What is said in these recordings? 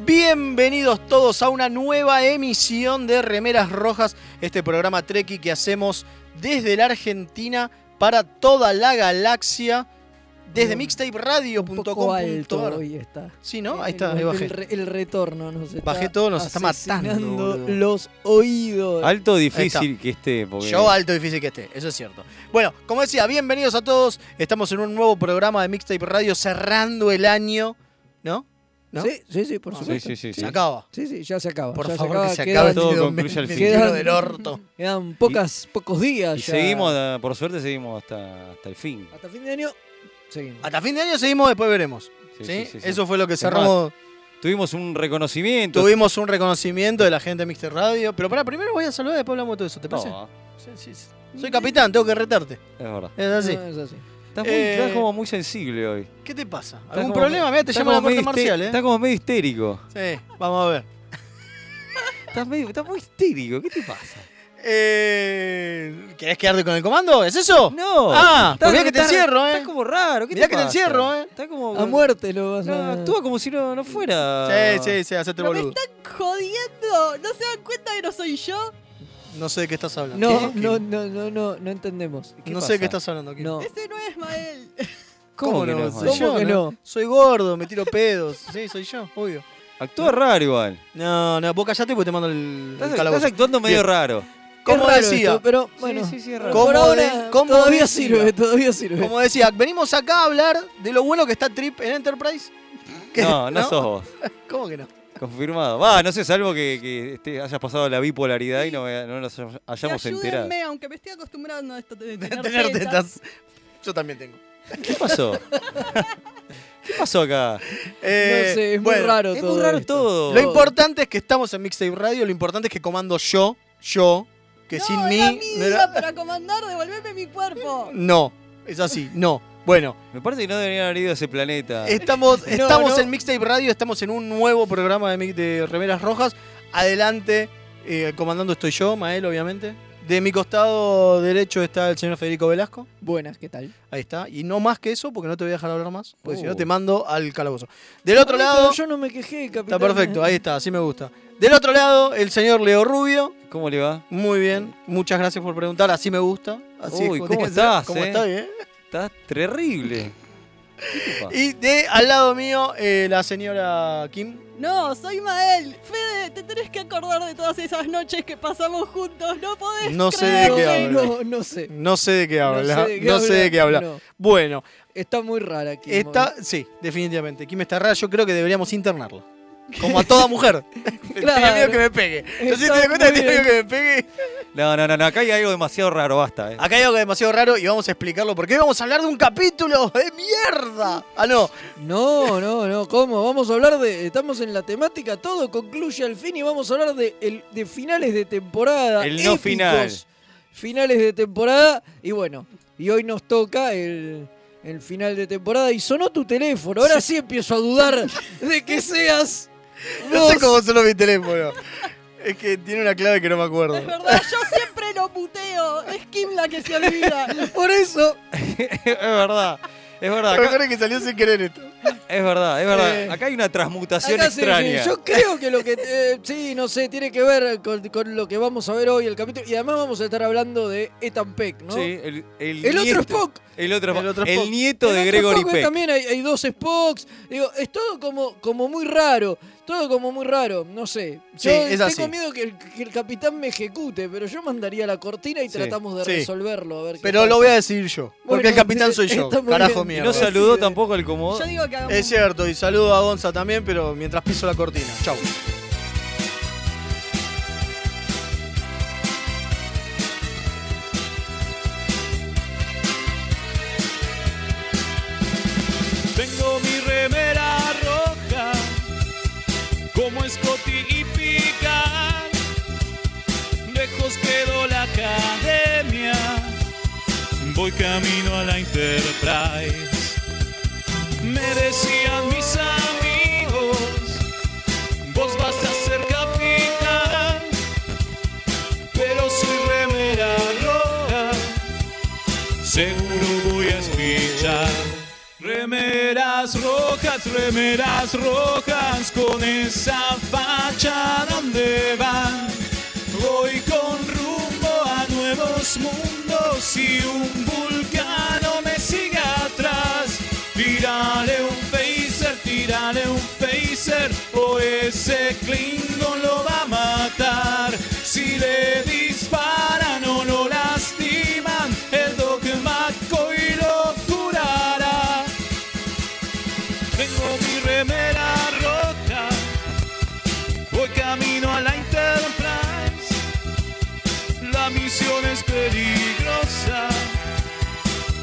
Bienvenidos todos a una nueva emisión de Remeras Rojas, este programa Treki que hacemos desde la Argentina para toda la galaxia, desde Un- Un poco alto mixtaperadio.com.ar. hoy está. Sí, ¿no? Ahí El- está, le el, bajé. re- el retorno nos está Bajé todo, nos está matando, asesinando boludo. los oídos. Alto Ahí difícil que esté. Porque... Yo alto difícil que esté, eso es cierto. Bueno, como decía, bienvenidos a todos. Estamos en un nuevo programa de Mixtape Radio cerrando el año, ¿no? ¿no? Sí, sí, sí, por Ah, Sí, supuesto. sí, sí. sí. Se acaba. Sí, sí, ya se acaba. Por ya favor, que se quedan- acabe Todo este concluye al fin. 2021 del orto. Quedan pocas, pocos días. Y ya. seguimos, eh, por suerte, seguimos hasta, hasta el fin. Hasta fin de año, seguimos. Hasta fin de año seguimos, después veremos. ¿sí? Sí, sí, sí, sí. Eso fue lo que cerramos. Tuvimos un reconocimiento. Tuvimos un reconocimiento de la gente de Mixtape Radio. Pero pará, primero voy a saludar y después hablamos de todo eso, ¿te parece? No, Sí, sí, sí. Soy capitán, tengo que retarte. es verdad. Es así. No, es así. Estás, muy- Eh, estás como muy sensible hoy. Estás ¿Qué te pasa? ¿Algún como- problema? Mira, te estás llamo a la como corte medio histé- marcial, Estás ¿eh? como medio histérico. Sí, vamos a ver. Estás, medio, estás muy histérico. ¿Qué te pasa? Eh, ¿Querés quedarte con el comando? ¿Es eso? No. Ah, pues Estás- mirá que te estás- encierro, eh. Estás como raro. ¿qué Mirá te que te pasa? encierro, eh. Estás como. A muerte lo vas No, a. actúa como si no, no fuera. Sí, sí, sí, hacete el Pero me boludo. están jodiendo. ¿No se dan cuenta que no soy yo? No sé de qué estás hablando. No, ¿Qué? no, no, no, no, no entendemos. No sé de qué estás hablando aquí. No. Ese no es Mael. ¿Cómo, ¿Cómo que no? no? es Soy malo? ¿Cómo yo, que ¿no? no? Soy gordo, me tiro pedos. Sí, soy yo, obvio. Actúa raro igual. No, no, vos callate porque te mando el, Estás, el calabozo. estás actuando medio Bien. raro. Como Es raro decía, esto, pero bueno. sí, sí, es ¿Cómo por ahora de- cómo todavía decía? sirve, todavía sirve. como decía, venimos acá a hablar de lo bueno que está Trip en Enterprise. ¿Qué? No, no, sos vos. ¿Cómo que no? Confirmado. Va, no sé, salvo que, que esté- hayas pasado la bipolaridad y no, me- no nos hayamos enterado. Ayúdenme, aunque me estoy acostumbrando a esto de De tener, tener tetas. tetas. Yo también tengo. ¿Qué pasó? ¿Qué pasó acá? Eh, no sé, es muy bueno, raro Es todo. muy raro esto. todo. Lo importante es que estamos en Mixtape Radio, lo importante es que comando yo, yo, que no, sin era mí mi día no era- para comandar, devolverme mi cuerpo. No, es así, no. Bueno, Me parece que no deberían haber ido a ese planeta. estamos, estamos no. en Mixtape Radio, estamos en un nuevo programa de, mi- de Remeras Rojas. Adelante, eh, comandando estoy yo, Mael, obviamente. De mi costado derecho está el señor Federico Velasco. Buenas, ¿qué tal? Ahí está. Y no más que eso, porque no te voy a dejar hablar más, porque si no Oh. te mando al calabozo. Del otro Pero lado, Yo no me quejé, capitán. está perfecto, ahí está, así me gusta. Del otro lado, el señor Leo Rubio. ¿Cómo le va? Muy bien, muchas gracias por preguntar, así me gusta. Así Uy, es como ¿cómo tiene que estás, ser. ¿Cómo eh? estás, bien? Estás terrible. ¿Qué te pasa? Y de al lado mío, eh, la señora Kim. No, soy Mael. Fede, te tenés que acordar de todas esas noches que pasamos juntos. No podés. No sé creer. de qué No, habla. no, no sé. No sé de qué habla, no sé de qué, habla. no. Bueno, Está muy rara aquí. está, sí, definitivamente. Kim está rara, yo creo que deberíamos internarla. Como a toda mujer. Tenía Claro. miedo que me pegue. Yo sí Está te di cuenta que muy tenía miedo que me pegue. No, no, no, no, acá hay algo demasiado raro, basta. eh. Acá hay algo demasiado raro y vamos a explicarlo porque hoy vamos a hablar de un capítulo de mierda. Ah, no. No, no, no. ¿Cómo? Vamos a hablar de. Estamos en la temática, todo concluye al fin y vamos a hablar de, el- de finales de temporada. El no épicos final. Finales de temporada. Y bueno, y hoy nos toca el, el final de temporada. Y sonó tu teléfono. Ahora sí empiezo a dudar de que seas. No sé vos. cómo sonó mi teléfono. Es que tiene una clave que no me acuerdo. Es verdad, yo siempre lo puteo. Es Kim la que se olvida. Por eso. es verdad, es verdad, acá- Recuerden que salió sin querer esto. es verdad, es Eh, verdad. Acá hay una transmutación Acá sí, extraña. sí, yo creo que lo que. eh, sí, no sé, tiene que ver con, con lo que vamos a ver hoy, el capítulo. Y además vamos a estar hablando de Ethan Peck, ¿no? Sí, el, el El otro nieto- Spock. El otro, El otro el Spock. nieto El de otro Gregory Spock, Peck. También hay, hay dos Spocks. Digo, es todo como, como muy raro. Todo como muy raro, no sé. Sí, yo es tengo así. miedo que el, que el capitán me ejecute, pero yo mandaría la cortina y Sí, tratamos de sí. resolverlo. A ver qué Pero pasa. lo voy a decir yo. Porque Bueno, el capitán soy yo. está muy Carajo bien. Y mierda. no Mierda. saludó Sí, tampoco el cómodo. Yo digo que hagamos. Es cierto, y saludo a Gonza también, pero mientras piso la cortina. Chau. Tengo mi remera roja, como Scotty y Picard. Lejos quedó la academia, voy camino a la Enterprise. Me decían mis amigos, vos vas a ser capitán, pero soy remera roja, seguro voy a escuchar. Remera remeras rojas, remeras rojas, con esa facha donde van. Voy con rumbo a nuevos mundos y un vulcano me sigue atrás. Tírale un phaser, tírale un phaser, o ese Klingon lo va a matar. Si le disparan o lo lastiman, el dogma y lo curará. Tengo mi remera rota, voy camino a la Enterprise. La misión es peligrosa,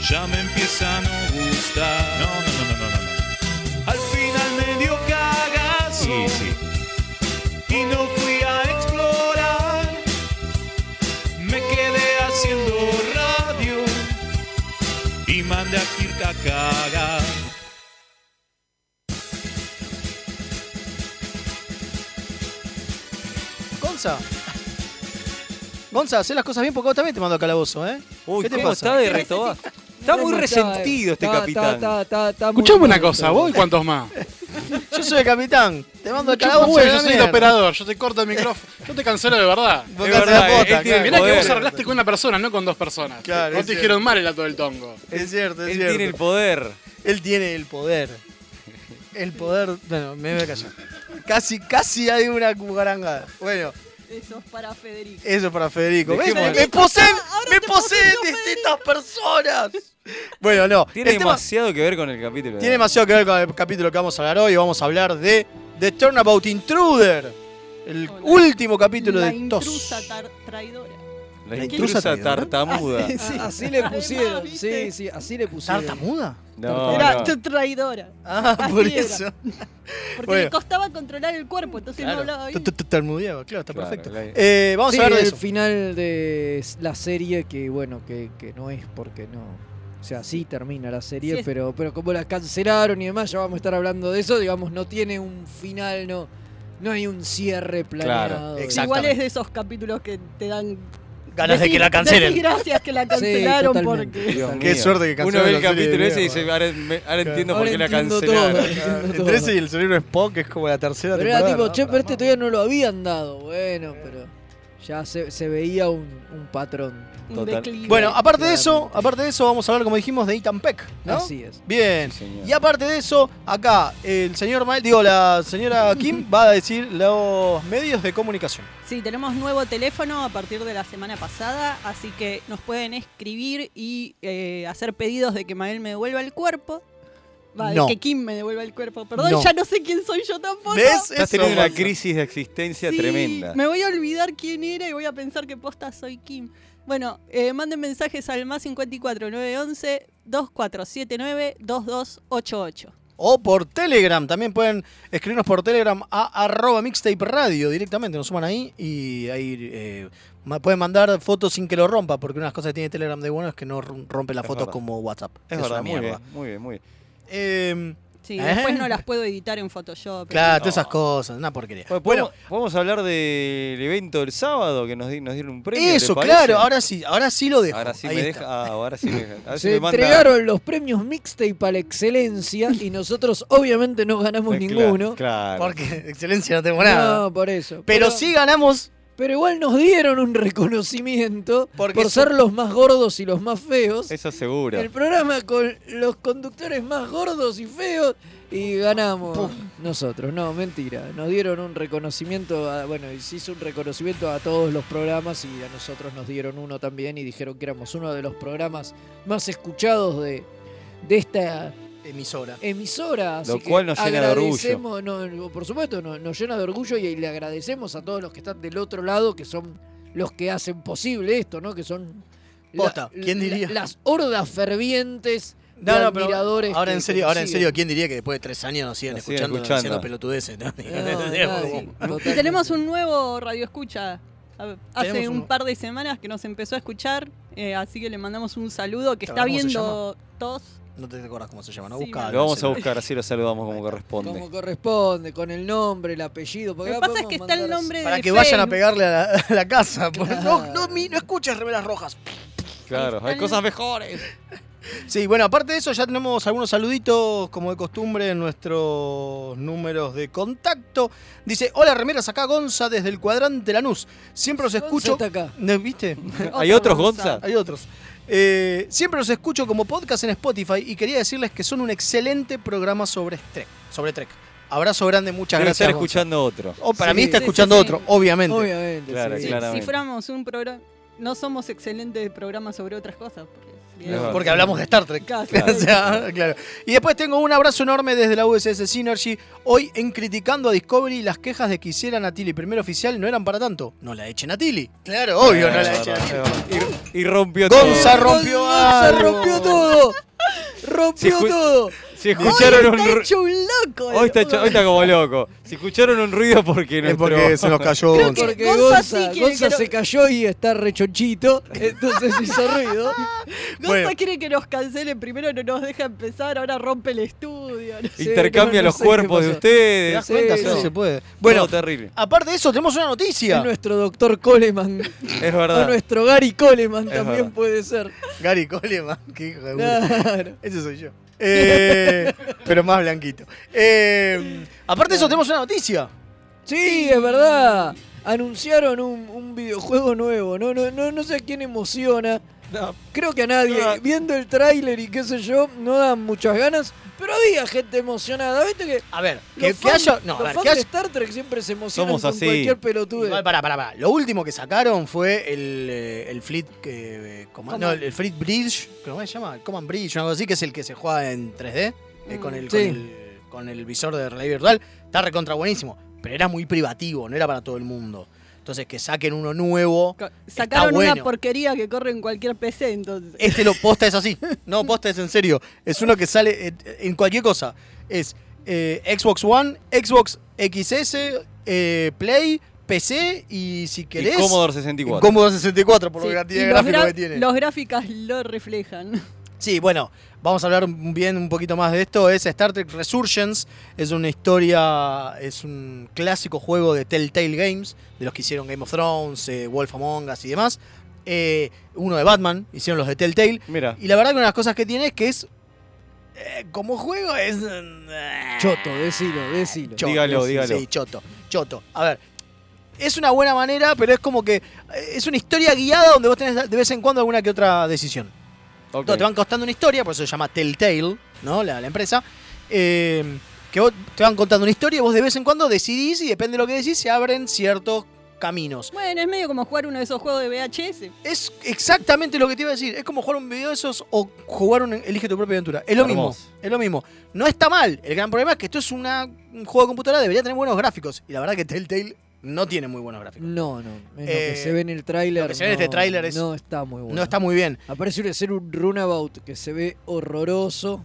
ya me empieza a no gustar. Al final me dio cagazo y no fui a explorar. Me quedé haciendo radio y mandé a Kirk a cagar. Gonza. Gonza, hacé las cosas bien porque vos también te mando a calabozo, ¿eh? Uy, ¿Qué te ¿cómo pasa? está de retobado? Está muy Está- resentido este está- capitán. está- está- está muy Escuchame una mal, cosa, está- vos y cuántos más. Yo soy el capitán. Te mando a Chupa calabozo. huevo, de yo la soy el mierda. operador, yo te corto el micrófono. Yo te cancelo de verdad. Vos Es casi verdad, la él tiene claro. Mirá que Joder. vos hablaste con una persona, no con dos personas. Claro, no es te cierto. dijeron mal el dato del tongo. Es cierto, es Él cierto. tiene el poder. Él tiene el poder. El poder. Bueno, me voy a callar. Casi, casi hay una cucarangada. Bueno, Eso es para Federico. eso para Federico. ¿Ves? Dejémoslo. Me poseen, Ah, Ahora me te poseen poseo, distintas personas. Bueno, no. Tiene el tema demasiado que ver con el capítulo. Este ¿eh? tiene demasiado que ver con el capítulo que vamos a hablar hoy. Vamos a hablar de The Turnabout Intruder. El Hola. último capítulo La de TOS. intrusa tar- traidora. La intrusa intrusa traidora. tartamuda. Ah, Ah, Así le pusieron, Además, sí, ¿viste? sí, así le pusieron. ¿Tartamuda? No, Era no. tra- traidora. Ah, Así por era. eso. Porque Bueno. le costaba controlar el cuerpo, entonces no hablaba bien. Tartamudeaba, claro, está Claro, perfecto. claro. Eh, vamos Sí, a hablar de el eso. final de s- la serie que, bueno, que, que no es porque no... O sea, sí termina la serie, Sí. pero, pero como la cancelaron y demás, ya vamos a estar hablando de eso, digamos, no tiene un final, no, no hay un cierre planeado. exacto. Igual es de esos capítulos que te dan Ganas de decir- que la cancelen. decir gracias que la cancelaron totalmente. porque. Dios Qué mío. suerte que Uno ve cancelaron el la serie capítulo de ese y mierda. dice, ahora, me- ahora entiendo Ahora por qué la entiendo cancelaron. todo. Claro, Entiendo Entre todo. ese y el cerebro Spock es como la tercera Pero era temporada. tipo, ¿no? che, pero este todavía no lo habían dado. Bueno, pero ya se, se veía un, un patrón. Un Total. declive. Bueno, aparte de eso, aparte de eso vamos a hablar como dijimos de Ethan Peck, ¿no? Así es. Bien. Ah, Sí, señor. Y aparte de eso, acá el señor Mael, digo, la señora Kim va a decir los medios de comunicación. Sí, tenemos nuevo teléfono a partir de la semana pasada, así que nos pueden escribir y eh, hacer pedidos de que Mael me devuelva el cuerpo. Va, de No. que Kim me devuelva el cuerpo. Perdón, No. ya no sé quién soy yo tampoco. ¿Ves? Estás Eso teniendo una pasa. crisis de existencia Sí, tremenda. Me voy a olvidar quién era y voy a pensar que posta soy Kim. Bueno, eh, manden mensajes al más 54 911 2479 2288. O por Telegram, también pueden escribirnos por Telegram a arroba mixtape radio directamente, nos suman ahí y ahí eh, ma- pueden mandar fotos sin que lo rompa, porque una de las cosas que tiene Telegram de bueno es que no rom- rompe las Es fotos verdad. como WhatsApp. Es una verdad, muy mierda. bien, muy bien, muy bien. Eh, Sí, ¿Eh? después no las puedo editar en Photoshop. claro, No. todas esas cosas, una porquería. Bueno, Bueno, ¿podemos, podemos hablar del evento del sábado que nos, di- nos dieron un premio. ¿te eso, parece? claro, ahora sí, ahora sí lo dejo. Ahora sí Ahí me está. deja. ah, ahora sí me deja. A ver si Se me manda- entregaron los premios mixtape a la excelencia y nosotros obviamente no ganamos Eh, claro, ninguno. Claro. Porque excelencia no tengo nada. No, por eso. pero, sí ganamos. Pero igual nos dieron un reconocimiento Porque por so- ser los más gordos y los más feos. Eso seguro. El programa con los conductores más gordos y feos y ganamos nosotros. No, mentira. Nos dieron un reconocimiento, a- bueno, y se hizo un reconocimiento a todos los programas y a nosotros nos dieron uno también y dijeron que éramos uno de los programas más escuchados de, de esta Emisora. Eh, emisora. Así Lo que cual nos llena de orgullo. agradecemos- no, por supuesto, no- nos llena de orgullo y le agradecemos a todos los que están del otro lado, que son los que hacen posible esto, ¿no? Que son la- Posta, ¿quién diría? la- las hordas fervientes de No, no, pero admiradores. ahora que- en que serio, ahora en siguen. serio, ¿quién diría que después de tres años nos siguen Nos siguen escuchando, escuchando. haciendo pelotudeces? ¿no? No, nadie, Y totalmente. tenemos un nuevo radio escucha. Hace Tenemos un uno. par de semanas que nos empezó a escuchar, eh, así que le mandamos un saludo que ¿Te está acordás cómo se viendo todos. No te acordás cómo se llama, ¿no? Sí, Buscalo, me Lo vamos ese. a buscar, así lo saludamos como corresponde. Como corresponde, con el nombre, el apellido. Lo porque que ahora pasa es podemos que está el mandar así. nombre Para de que vayan a Facebook. pegarle a la, a la casa. porque No, Claro. no, mi- no escuches remeras rojas. Claro, hay cosas mejores. Sí, bueno, aparte de eso, ya tenemos algunos saluditos, como de costumbre, en nuestros números de contacto. Dice, hola remeras, acá Gonza desde el cuadrante Lanús. Siempre los Gonza escucho. está acá. ¿No viste? ¿Hay Otro otros Gonza. Gonza? Hay otros. Eh, siempre los escucho como podcast en Spotify y quería decirles que son un excelente programa sobre Trek. Sobre Trek. Abrazo grande, muchas Debe gracias. estar Gonza. escuchando otro. O para Sí, mí está sí, escuchando sí, sí. otro, obviamente. Obviamente. Claro, sí. Si claro. claramente. ciframos un programa. No somos excelentes de programas sobre otras cosas. Porque, Es verdad. Porque hablamos de Star Trek. Casi. O sea, claro. Y después tengo un abrazo enorme desde la USS Synergy. Hoy en criticando a Discovery, las quejas de que hicieran a Tilly primer oficial no eran para tanto. No la echen a Tilly. Claro, obvio, no la Es echen a verdad, Tilly. es verdad. Y, y rompió Gonza todo. rompió Gonza algo. rompió todo. Rompió Sí, ju- todo. Si escucharon un Está ru- hecho un loco. Hoy está, hecho- hoy está como loco. Si escucharon un ruido porque Es nuestro... porque se nos cayó Creo Gonza. que- Porque Gonza Gonza, sí quiere Gonza que no- se cayó y está rechonchito. Entonces hizo ruido. Gonza Bueno. quiere que nos cancelen primero, no nos deja empezar, ahora rompe el estudio. no sé. Sí, Intercambia no, no los sé cuerpos qué de pasó. ¿Te das ustedes. Sí, cuenta? sí. Solo se puede. Bueno, Bueno, terrible. aparte de eso, tenemos una noticia. Es nuestro doctor Coleman. Es O verdad. nuestro Gary Coleman Es también verdad. puede ser. Gary Coleman, qué hijo de puta. Claro. Ese soy yo. Eh, pero más blanquito. Eh, aparte de eso, tenemos una noticia. Sí, es verdad. Anunciaron un, un videojuego nuevo. No, no, no, no sé a quién emociona. Creo que a nadie. No. Viendo el tráiler y qué sé yo, no dan muchas ganas. Pero había gente emocionada. ¿Viste que A ver, los que, que fans- haya. No, a los ver, fans que de haya. Star Trek siempre se emocionan Somos con así. cualquier pelotude. Igual, pará, pará, pará. Lo último que sacaron fue el, eh, el Fleet. eh, Command- ¿Cómo? no, el, el Fleet Bridge. ¿Cómo se llama? El Command Bridge o algo así, que es el que se juega en 3D. eh, Mm. con, el, Sí. con, el, con el visor de realidad virtual. Está recontra buenísimo. Pero era muy privativo, no era para todo el mundo. Entonces, que saquen uno nuevo. Co- Sacaron bueno. una porquería que corre en cualquier PC, entonces. Este lo posta es así. No, posta es en serio. Es uno que sale en, en cualquier cosa. Es eh, Xbox One, Xbox XS, eh, Play, PC y si Y querés. Commodore 64. Commodore 64, por Sí, lo que y tiene los gráfico gra- que tiene. Los gráficas lo reflejan. Sí, bueno, vamos a hablar un- bien un poquito más de esto. Es Star Trek Resurgence. Es una historia, es un clásico juego de Telltale Games, de los que hicieron Game of Thrones, eh, Wolf Among Us y demás. Eh, uno de Batman, hicieron los de Telltale. Mira. Y la verdad que una de las cosas que tiene es que es. eh, como juego es. eh, Choto, decilo, decilo. choto. Dígalo, Sí, dígalo. Sí, choto, choto. A ver. Es una buena manera, pero es como que. eh, Es una historia guiada donde vos tenés de vez en cuando alguna que otra decisión. ok. Todo, te van costando una historia, por eso se llama Telltale, ¿no? La, la empresa. eh, que vos te van contando una historia y vos de vez en cuando decidís y depende de lo que decís, se abren ciertos caminos. Bueno, es medio como jugar uno de esos juegos de VHS. Es exactamente lo que te iba a decir. Es como jugar un video de esos o jugar un Elige tu propia aventura. Es lo mismo. Hermoso. Es lo mismo. No está mal. El gran problema es que esto es una, un juego de computadora, debería tener buenos gráficos. Y la verdad que Telltale no tiene muy buenos gráficos. No, no. es lo Eh, que se ve en el tráiler. lo que se ve en no- este tráiler es- No está muy bueno. No está muy bien. Aparece un ser un runabout que se ve horroroso.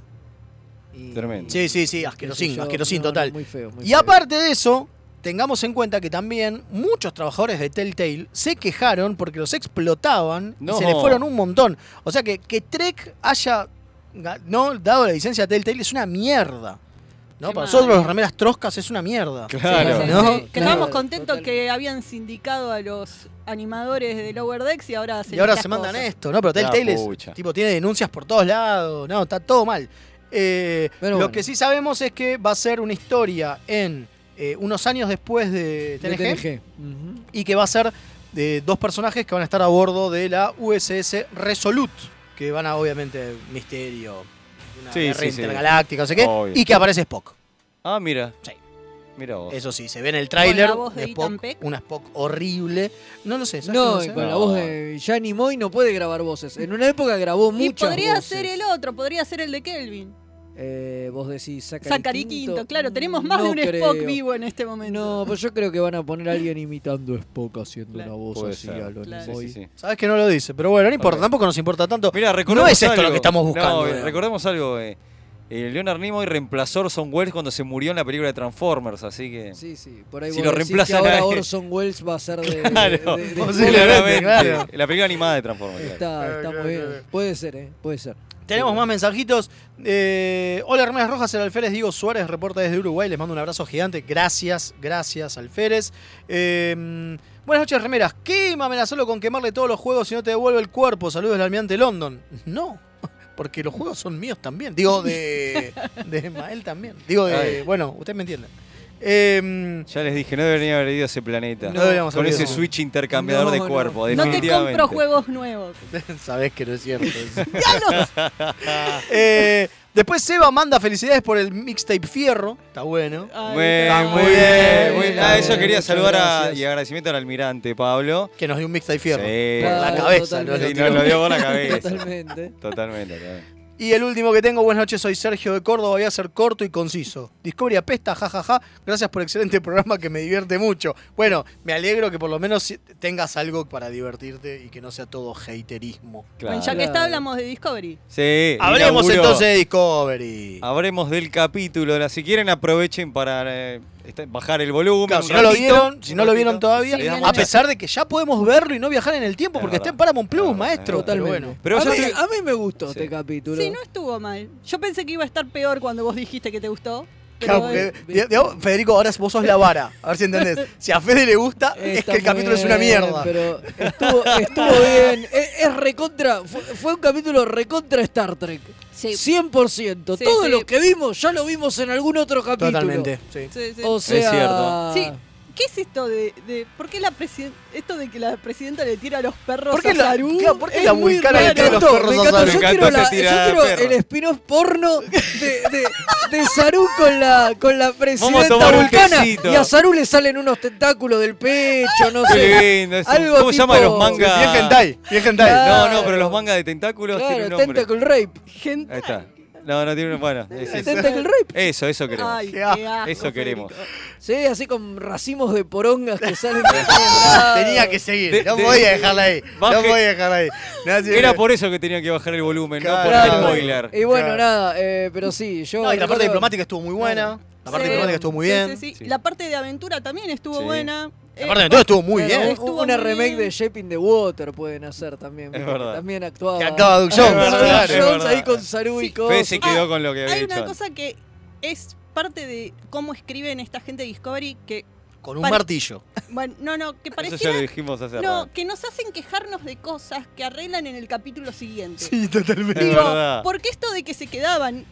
y- Tremendo. Sí, sí, sí, qué sé asquerosín, yo, asquerosín no, no, total. Muy feo, muy Y feo. aparte de eso, tengamos en cuenta que también muchos trabajadores de Telltale se quejaron porque los explotaban y No. se les fueron un montón. O sea que que Trek haya ga- no dado la licencia a Telltale es una mierda. ¿no? Qué Para mal. nosotros los remeras troscas es una mierda. Claro. Sí, ¿no? sí, sí. Que Claro, estábamos contentos total. que habían sindicado a los animadores de Lower Decks y ahora se Y ahora estas se mandan cosas. esto, ¿no? Pero La Telltale pucha. es, tipo, tiene denuncias por todos lados, no, está todo mal. Eh, Pero lo bueno. que sí sabemos es que va a ser una historia en eh, unos años después de De TNG, TNG. Ujú. y que va a ser de dos personajes que van a estar a bordo de la USS Resolute, que van a obviamente misterio, una Sí, guerra sí, sí. intergaláctica, no sé qué, Obvio. y que aparece Spock. Ah, mira. Sí. Mira vos. Eso sí, se ve en el tráiler Con la voz de de Ethan Spock, Peck. una Spock horrible. No lo sé, ¿sabes No, que y no lo sé? con la No. voz de Gianni Moy no puede grabar voces. En una época grabó Y muchas podría voces. ser el otro, podría ser el de Kelvin. Eh, vos decís Zachary, Zachary Quinto, claro, tenemos más No de un creo. Spock vivo en este momento. No, pues yo creo que van a poner a alguien imitando a Spock haciendo Claro. una voz Puede así ser. a lo Claro. Sí, Nimoy. sí, sí. Sabes que no lo dice, pero bueno, no importa, Ok. tampoco nos importa tanto. Mira, recordemos No es esto algo. lo que estamos buscando, No, eh, digamos. recordemos algo. Eh. Eh, Leonard Nimoy reemplazó a Orson Welles cuando se murió en la película de Transformers, así que... Sí, sí, por ahí Si vos lo decís reemplazan que a ahora él. Orson Welles va a ser de, Claro, eh, de- de- posiblemente, claro. La película animada de Transformers. claro. Está, está muy bien. Puede ser, eh, puede ser. Tenemos Sí. más mensajitos. Eh, hola, Hermanas Rojas, el Alférez Diego Suárez reporta desde Uruguay. Les mando un abrazo gigante. Gracias, gracias, Alférez. Eh, buenas noches, Remeras. ¿Qué me amenazó con quemarle todos los juegos si no te devuelve el cuerpo? Saludos del almirante London. No. Porque los juegos son míos también. Digo, de, de Mael también. Digo, de, Ay. bueno, ustedes me entienden. Eh, Ya les dije, no deberían haber ido a ese planeta. No deberíamos Con haber ese ido. switch intercambiador No, de no. cuerpo, No te No te definitivamente. compro juegos nuevos. sabés que no es cierto. eso. ¡Ganos! Eh, después Seba manda felicidades por el mixtape Fierro. Está bueno. Ay, Bueno, Está muy muy bien. bien, muy bien. está Ah, bien, eso quería muchas saludar a- gracias. y agradecimiento al almirante Pablo. Que nos dio un mixtape Fierro. Sí. Por la Claro, cabeza. ¿no? totalmente. Sí, nos lo dio por la cabeza. Totalmente. Totalmente, totalmente. Y el último que tengo, buenas noches, soy Sergio de Córdoba, voy a ser corto y conciso. Discovery apesta, jajaja, gracias por el excelente programa que me divierte mucho. Bueno, me alegro que por lo menos si- tengas algo para divertirte y que no sea todo haterismo. Claro. Bueno, ya que está, hablamos de Discovery. Sí, Hablemos inauguró. entonces de Discovery. Habremos del capítulo. ahora, Si quieren, aprovechen para eh, este, bajar el volumen. Claro, un si no lo ratito, vieron, si un no lo ratito. vieron todavía, Sí, viene a mucho. pesar de que ya podemos verlo y no viajar en el tiempo Es porque está verdad. en Paramount Plus, Claro, maestro. es verdad. pero Totalmente. bueno. Pero a, yo mí, estoy- a mí me gustó Sí. este capítulo. Sí, no estuvo mal. Yo pensé que iba a estar peor cuando vos dijiste que te gustó. Pero Claro, porque- di- digamos, Federico, ahora vos sos la vara. A ver si entendés. Si a Fede le gusta, es Está que el muy capítulo es una bien, mierda. Pero estuvo, estuvo bien. Es, es recontra. Fue, fue un capítulo recontra Star Trek. Sí, 100%. Sí, Todo sí. lo que vimos ya lo vimos en algún otro capítulo. Totalmente. sí. sí, sí. O sea. cierto. Sí. ¿Qué es esto de, de- por qué la presi- esto de que la presidenta le tira a los perros ¿Por qué a la- Saru? claro, por qué Es la muy vulcana le raro. tira a los encantó, perros me a encantó. Saru. Yo Me quiero, encantó la- ese tirada yo quiero de perro. el spin-off porno de, de, de Saru con la, con la presidenta tomar un vulcana. tecito. Y a Saru le salen unos tentáculos del pecho, no sé. este Qué lindo, es un- Algo ¿Cómo se llama tipo- los mangas? Ah. Bien hentai, bien hentai. Ah. No, no, Claro. pero los mangas de tentáculos tienen Claro, un nombre. tentacle rape. Gente- Ahí está. No, no tiene un. Bueno, es eso. Tentacle rape. Eso, eso queremos. Ay, Qué qué asco. asco, Eso queremos. Federico. Sí, así con racimos de porongas que salen de todos Tenía lados. que seguir, De- no de- podía dejarla ahí. No Baje- podía dejarla ahí. No, sí, Era por eso que tenían que bajar el volumen, no por Claro. el spoiler. Y bueno, Claro. nada, eh, pero sí, yo. No, y la parte recuerdo- diplomática estuvo muy buena. La parte Sí. diplomática estuvo muy Sí, bien. sí, sí. Sí. La parte de aventura también estuvo Sí. buena. Eh, La parte de todo estuvo muy Bueno, bien. un- Estuvo Una muy remake de bien. Shaping the Water pueden hacer también. Es porque verdad. También actuaba. Que acaba Doug Doug Jones, Jones, claro. Es verdad. ahí con Saru y Sí. cosas. Fede se quedó con lo que había Hay una dicho. cosa que es parte de cómo escriben esta gente de Discovery que, Con un Pare- martillo. bueno, no, no, que antes. Eso ya lo pareciera dijimos hace no, rato. que nos hacen quejarnos de cosas que arreglan en el capítulo siguiente. totalmente. Es Digo, verdad. porque esto de que se quedaban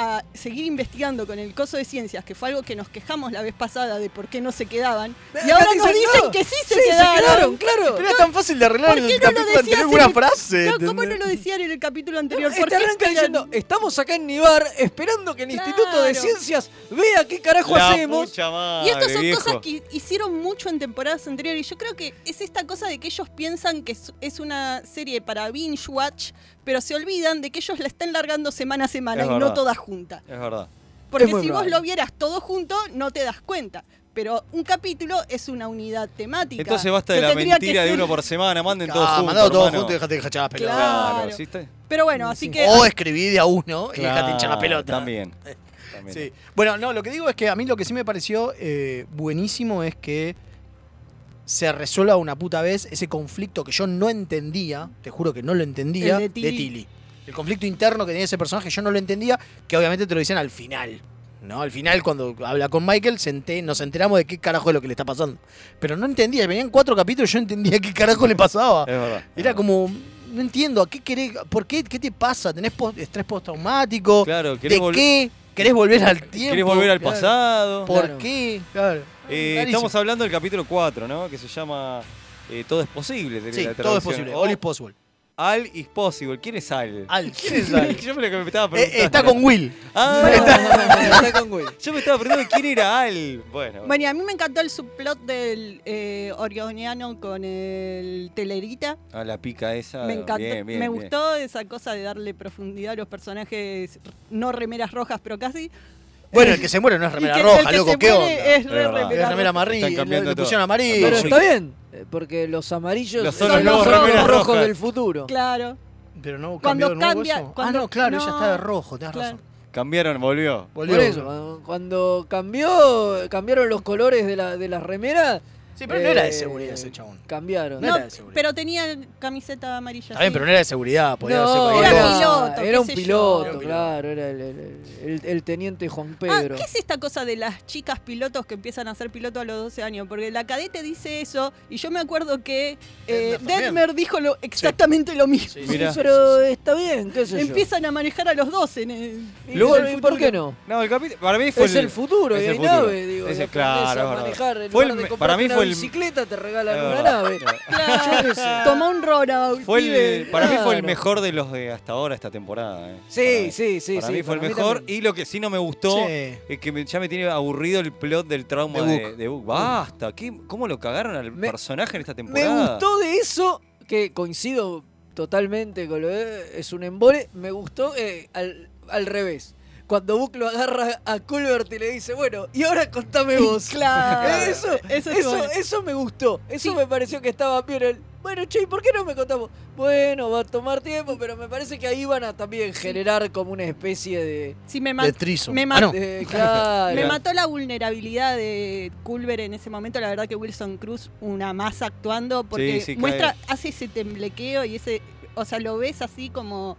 a seguir investigando con el coso de ciencias, que fue algo que nos quejamos la vez pasada de por qué no se quedaban, y Eh, Acá ahora nos dicen, dicen no, que sí se Sí, se quedaron. quedaron, claro. Pero era tan fácil de arreglar ¿Por en qué el no lo capítulo decías anterior en con una el- frase. No, ¿Cómo no ¿entendés? lo decían en el capítulo anterior? Este ¿Por qué arranca esperan? diciendo, estamos acá en Nibar esperando que el Claro. Instituto de Ciencias vea qué carajo La hacemos. pucha madre, Y estas son viejo. cosas que hicieron mucho en temporadas anteriores. Y yo creo que es esta cosa de que ellos piensan que es- es una serie para binge watch, pero se olvidan de que ellos la están largando semana a semana Es y verdad. no toda junta. Es verdad. Porque Es muy si vos probable. lo vieras todo junto, no te das cuenta. Pero un capítulo es una unidad temática. Entonces basta que de la tendría que mentira de ser- uno por semana, manden todos Ah, juntos. mandado todo hermano. junto y dejate de hinchar las pelotas. Claro, Claro. ¿sí está? Pero bueno, así Sí. Oh, que. O escribí de a uno y dejate hinchar la Claro, pelota. También. También. Sí. Bueno, no, lo que digo es que a mí lo que sí me pareció eh, buenísimo es que se resuelva una puta vez ese conflicto que yo no entendía, te juro que no lo entendía, El de Tilly. El conflicto interno que tenía ese personaje yo no lo entendía, que obviamente te lo dicen al final. ¿No? Al final, cuando habla con Michael, se ente- nos enteramos de qué carajo es lo que le está pasando. Pero no entendía, venían cuatro capítulos y yo entendía qué carajo le pasaba. Es verdad. Era como, no entiendo, ¿a qué querés? ¿Por qué? ¿Qué te pasa? ¿Tenés po- estrés postraumático? Claro, ¿De querés, vol- qué? ¿Querés volver al tiempo? querés volver al Claro. pasado. ¿Por Claro. qué? Claro. Eh, Clarísimo. estamos hablando del capítulo 4, ¿no? Que se llama eh, Todo es posible. sería Sí, la todo es traducción. posible. O All is possible. Al is possible. ¿Quién es Al? Al. ¿Quién es Al? Yo me lo que me estaba Eh, preguntando. está con Will. Ah, No, no, no, no, no, está con Will. Yo me estaba preguntando quién era Al. Bueno. Bueno, y a mí me encantó el subplot del eh, Orioniano con el Telerita. Ah, la pica esa. me encantó. Bien, bien, me bien. gustó esa cosa de darle profundidad a los personajes, no remeras rojas, pero casi. Bueno, el que se muere no es y remera que el roja, que loco, se ¿qué muere onda? Es Es re verdad. Es remera remera roja. amarilla, Están le, cambiando le pusieron todo. amarillo. Pero Sí. está bien, eh, porque los amarillos Los- son los los, nuevos rojos, remeras rojas. del futuro. Claro. Pero no Cuando cambió de nuevo cambia, eso. cuando- ah, no, claro, no. ella está de rojo, tenés Claro. razón. Cambiaron, volvió. Volvió. Por eso, cuando- cuando cambió, cambiaron los colores de, la, de las remeras, Sí, pero no era de Eh, seguridad ese chabón. Cambiaron. No No, era de seguridad. pero tenía camiseta amarilla. Está bien, sí. pero no era de seguridad, podía No, ser era cualquier era, cosa. piloto, era un qué sé yo. Era un piloto, piloto. claro, era el, el- el- el teniente Juan Ah, Pedro. ¿qué es esta cosa de las chicas pilotos que empiezan a ser piloto a los 12 años? Porque la cadete dice eso y yo me acuerdo que eh, Denver también. Denver dijo lo, exactamente lo mismo. Sí, sí, Mirá. sí, sí, Pero sí. está bien, qué sé yo. Empiezan a manejar a los 12. en el- Y Luego pero, el ¿y ¿Por futuro. qué no? No, el capítulo. Para mí fue Es el futuro, es y el hay futuro. nave, digo. Es y el- aprendés claro, a es verdad. manejar, en Fue lugar el de me- comprarte para mí una fue el- bicicleta te regalan Es una verdad. nave. Claro, Tomó un Ronaut. Fue el, pibe. para mí fue el Claro. mejor de los de hasta ahora esta temporada. eh. Para Sí, mí. sí, sí. Para sí, mí fue el para mejor. también. Y lo que sí no me gustó Sí. es que me- ya me tiene aburrido el plot del trauma De de, Book. de Book. Basta, ¿qué- ¿cómo lo cagaron al Me- personaje en esta Me temporada? gustó de eso, que coincido totalmente con lo de. Es un embole. Me gustó eh, al, al revés. Cuando Buck lo agarra a Colbert y le dice, bueno, y ahora contame vos. Claro. Eso, eso, estuvo eso, bueno. me gustó. Eso Sí. me pareció que estaba bien. El, bueno, che, ¿y por qué no me contamos? Bueno, va a tomar tiempo, pero me parece que ahí van a también generar como una especie de. Sí, me, De Este, man- Trison. me Ah, no. de- Eh, claro. me mató la vulnerabilidad de Culver en ese momento. La verdad que Wilson Cruz, una masa actuando, porque Sí, sí, cae. muestra, hace ese temblequeo y ese. O sea, lo ves así como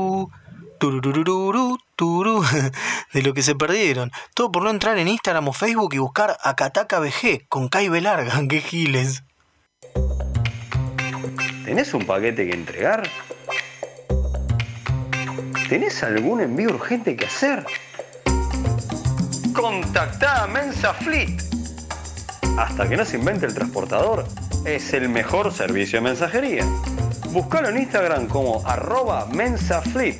tururururú, turú. De lo que se perdieron. Todo por no entrar en Instagram o Facebook y buscar a Kataka BG con Kai Larga. ¡Qué giles! ¿Tenés un paquete que entregar? ¿Tenés algún envío urgente que hacer? Contactá a Mensa Fleet. Hasta que no se invente el transportador, es el mejor servicio de mensajería. Buscalo en Instagram como arroba mensafleet.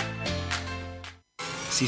Si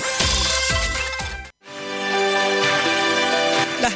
Las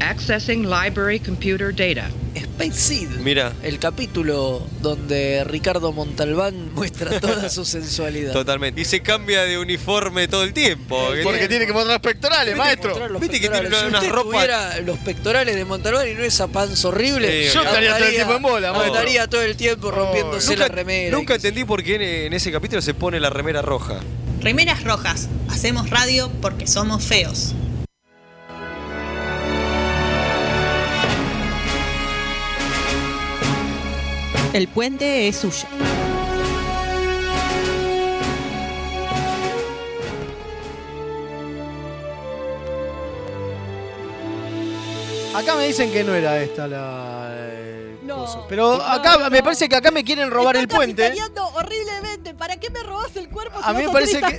Accessing library computer data. Space Seed, Mira, el capítulo donde Ricardo Montalbán muestra toda su sensualidad. totalmente. Y se cambia de uniforme todo el tiempo. Porque tiene que mostrar pectorales, maestro. Mostrar los Viste que tiene pectorales. una- si usted una ropa- tuviera los pectorales de Montalbán y no esa panza horrible, Sí, Yo estaría todo el andaría- tiempo en bola, maestro. Andaría todo el tiempo rompiéndose la Nunca, remera. nunca entendí por qué en- en ese capítulo se pone la remera roja. Remeras rojas, hacemos radio porque somos feos. El puente es suyo. Acá me dicen que no era esta la. eh, No. cosa. Pero No, acá me no. parece que acá me quieren robar el puente. horriblemente. ¿Para qué me robas el cuerpo si A mí vas me a hacer parece estas que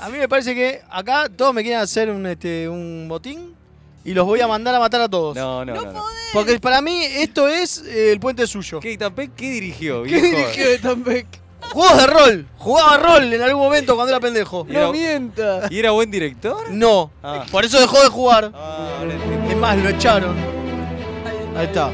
a mí me parece que acá todos me quieren hacer un este un botín y los voy a mandar a matar a todos. No, no, no. no. Porque para mí esto es eh, el puente suyo. ¿Qué, Itampec, ¿Qué dirigió? ¿Qué viejo? dirigió de Tambeck? Juegos de rol. Jugaba rol en algún momento cuando era pendejo. Era- No mienta. ¿Y era buen director? No. Ah. Por eso dejó de jugar. Ah, ahora entendí. Es más, lo echaron. Ahí está.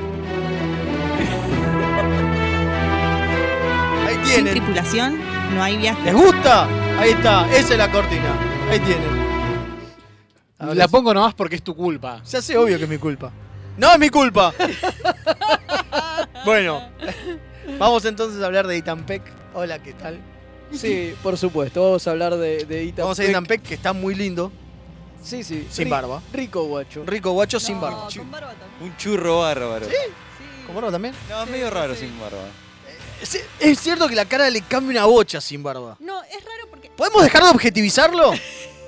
Ahí Sin tienen. tripulación no hay viaje. ¿Les gusta? Ahí está. Esa es la cortina. Ahí tienen. Ahora La sí. pongo nomás porque es tu culpa. Se hace obvio que es mi culpa. No es mi culpa. bueno, Vamos entonces a hablar de Itampec. Hola, ¿qué tal? Sí, por supuesto. Vamos a hablar de, de Itampec. Vamos a Itampec, que está muy lindo. Sí, sí. Sin Ri- barba. Rico guacho. Rico guacho sin barba. Un churro bárbaro. ¿Con barba también? No, es medio raro sin barba. Es, es cierto que la cara le cambia una bocha sin barba. No, es raro porque. ¿Podemos dejar de objetivizarlo?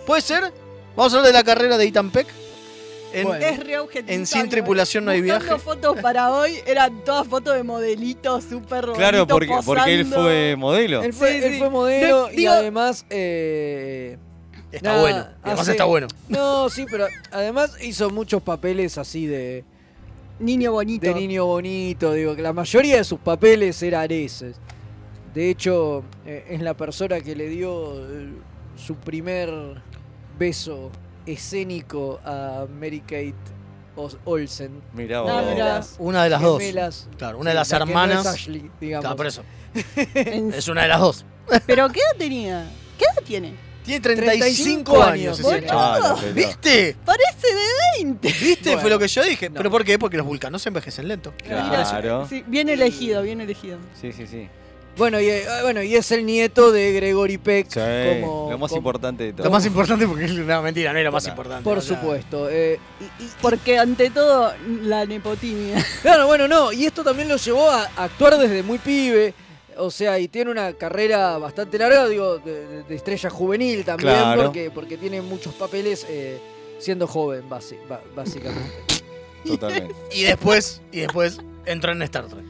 ¿Puede ser? Vamos a hablar de la carrera de Itampec. En- es re objetivo. en Sin Tripulación no hay Buscando viaje. fotos para hoy eran todas fotos de modelitos súper Claro, bonito porque, porque él posando. fue modelo. Él fue, Sí, él sí. fue modelo De- y digo- además. eh, Está bueno, y además está bueno. No, sí, pero además hizo muchos papeles así de. Niño bonito. De niño bonito, digo, que la mayoría de sus papeles eran esos. De hecho, eh, es la persona que le dio eh, su primer beso escénico a Mary Kate Os- Olsen. Mirá vos. Gemelas. Una de las dos. Gemelas. Claro, una de las la que no es hermanas. Ah, Ashley, digamos. Claro, por eso. En- Es una de las dos. Pero ¿qué edad tenía? ¿Qué edad tiene? Tiene 35 35 años, años. ese boludo. chaval. Ah, no, ¿Viste? Parece de 20. ¿Viste? Fue lo que yo dije. ¿Pero por qué? Porque los vulcanos se envejecen lento. Claro. Sí, bien elegido, bien elegido. Sí, sí, sí. Bueno, y, eh, bueno, y es el nieto de Gregory Peck. Sí, como, lo más como- importante de todo. Lo más importante porque es una mentira, no es lo más Claro. importante. Por o sea, supuesto. eh, y- y- Porque ante todo, la nepotimia. Claro, bueno, no, y esto también lo llevó a actuar desde muy pibe. O sea, y tiene una carrera bastante larga, digo, de, de estrella juvenil también, Claro. porque, porque tiene muchos papeles eh, siendo joven, basi- ba- básicamente. Totalmente. Y después, y después entró en Star Trek.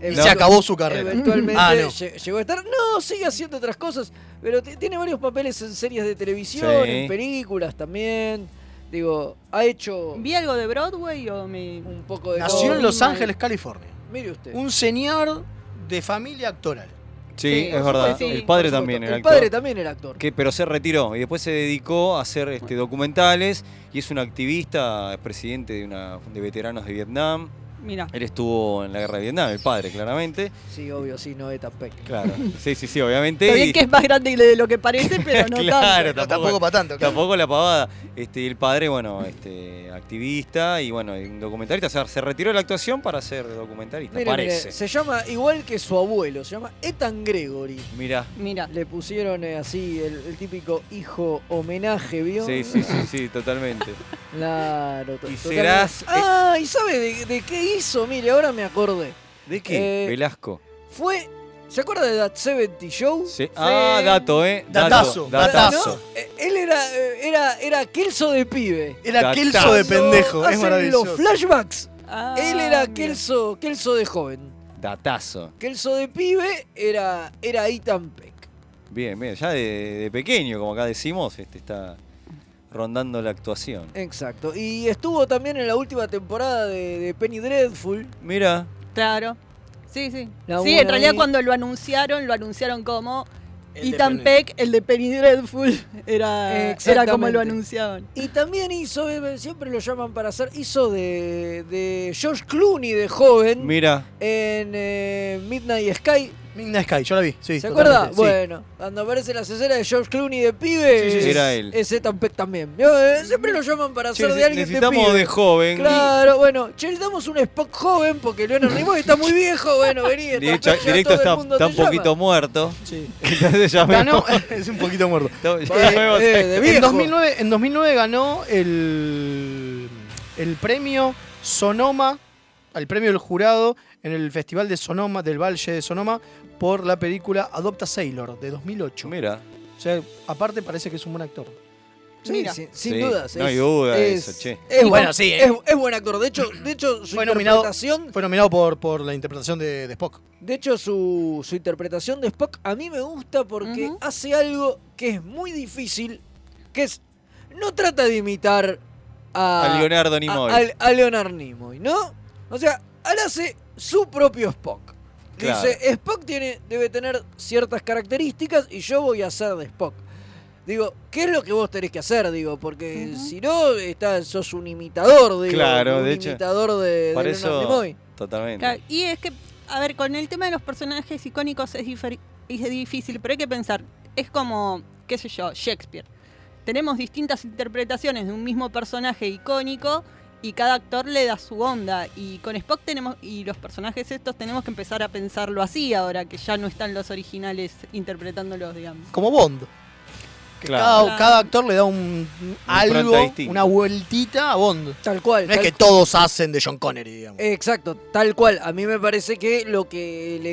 Y Eventu- se acabó su carrera. Eventualmente Ah, no. lle- llegó a estar. No, sigue haciendo otras cosas, pero t- tiene varios papeles en series de televisión, Sí. en películas también. Digo, ha hecho ¿Vi algo de Broadway o me.? un poco de. Nació en todo. Los Ángeles, California. Mire usted. Un señor de familia actoral. Sí, Sí, es verdad. sí, el padre Por supuesto, también era El actor. padre también era actor. que, pero se retiró y después se dedicó a hacer este, documentales y es un activista, es presidente de, una, de veteranos de Vietnam. Mira. Él estuvo en la guerra de Vietnam, el padre, claramente. Sí, obvio, sí, no es tan pequeño. Claro. Sí, sí, sí, obviamente. Está bien y- que es más grande de lo que parece, pero no claro, tanto. No, tampoco, tampoco para tanto. claro. tampoco la pavada. Este, y el padre, bueno, este, activista y bueno, y un documentalista. O sea, se retiró de la actuación para ser documentalista, Mire, mire, parece. se llama igual que su abuelo, se llama Ethan Gregory. Mirá. Mira. Le pusieron eh, así el, el típico hijo homenaje, ¿vio? Sí, sí, sí, sí, totalmente. Claro, to- Y totalmente. serás- eh, Ah, ¿y sabe de, de qué hizo? Mire, ahora me acordé. ¿De qué? Eh, Velasco. Fue. ¿Se acuerda de That 70 Show? Sí. Ah, dato, ¿eh? Datazo, dato, datazo. Eh, Él era, eh, era, era Kelso de pibe. Era Datazo. Kelso de pendejo. Cuando Es hacen maravilloso. Los flashbacks. Ah, él era mira. Kelso, Kelso de joven. Datazo. Kelso de pibe era, era Ethan Peck. Bien, bien. Ya de, de pequeño, como acá decimos, este, está rondando la actuación. Exacto. Y estuvo también en la última temporada de, de Penny Dreadful. Mira, Claro. Sí, sí. Labura sí, en realidad ahí. cuando lo anunciaron, lo anunciaron como El de Ethan Penny. Peck, el de Penny Dreadful, era, era como Exactamente. lo anunciaban. Y también hizo, eh, siempre lo llaman para hacer, hizo de, de George Clooney de joven mira. en eh, Midnight Sky. Midnight Sky, yo la vi. Sí, ¿Se acuerda? totalmente, sí. Bueno, cuando aparece la escenas de George Clooney de pibe, Sí, sí, sí. es- Era él. es Ethan Peck también. Yo, eh, Siempre lo llaman para Sí, hacer de alguien de necesitamos pibe. de joven. Claro, bueno, che, le damos un Spock joven porque Leonard Nimoy está muy viejo. Bueno, vení, Ethan Directo, Peck, ya directo todo el está, mundo está te un poquito llama. muerto. Sí. Entonces Ganó. llamemos. es un poquito muerto. llamemos- eh, de En viejo. 2009, en 2009 ganó el, el premio Sonoma, el premio del jurado en el Festival de Sonoma, del Valle de Sonoma, por la película Adopta Sailor de 2008. Mira, O sea, aparte parece que es un buen actor. Sí, Mira. sin, sin Sí, dudas. no es- hay duda de es- eso, che. Es, Y bueno, bueno, sí. sí, Es, es buen actor. De hecho, de hecho su Fue nominado- interpretación. Fue nominado por, por la interpretación de, de Spock. De hecho, su, su interpretación de Spock a mí me gusta porque Ujú. hace algo que es muy difícil. Que es. No trata de imitar a. a Leonardo Ah, a- Nimoy. al- a Leonard Nimoy, ¿no? O sea, él hace su propio Spock. Claro. Dice, Spock tiene, debe tener ciertas características y yo voy a hacer de Spock. Digo, ¿qué es lo que vos tenés que hacer? Digo, porque Ujú. si no, estás, sos un imitador, digo. Claro, un de hecho, imitador de, de Para Leonard eso, Nimoy. totalmente. Claro, y es que, a ver, con el tema de los personajes icónicos es, diferi- es difícil, pero hay que pensar, es como, qué sé yo, Shakespeare. Tenemos distintas interpretaciones de un mismo personaje icónico y cada actor le da su onda. Y con Spock tenemos, y los personajes estos tenemos que empezar a pensarlo así ahora que ya no están los originales interpretándolos, digamos. Como Bond. Que Claro. cada- Claro. cada, actor le da un, impronta algo, distinta. una vueltita a Bond. Tal cual. No es tal que cual. todos hacen de John Connery, digamos. Exacto, tal cual. A mí me parece que lo que le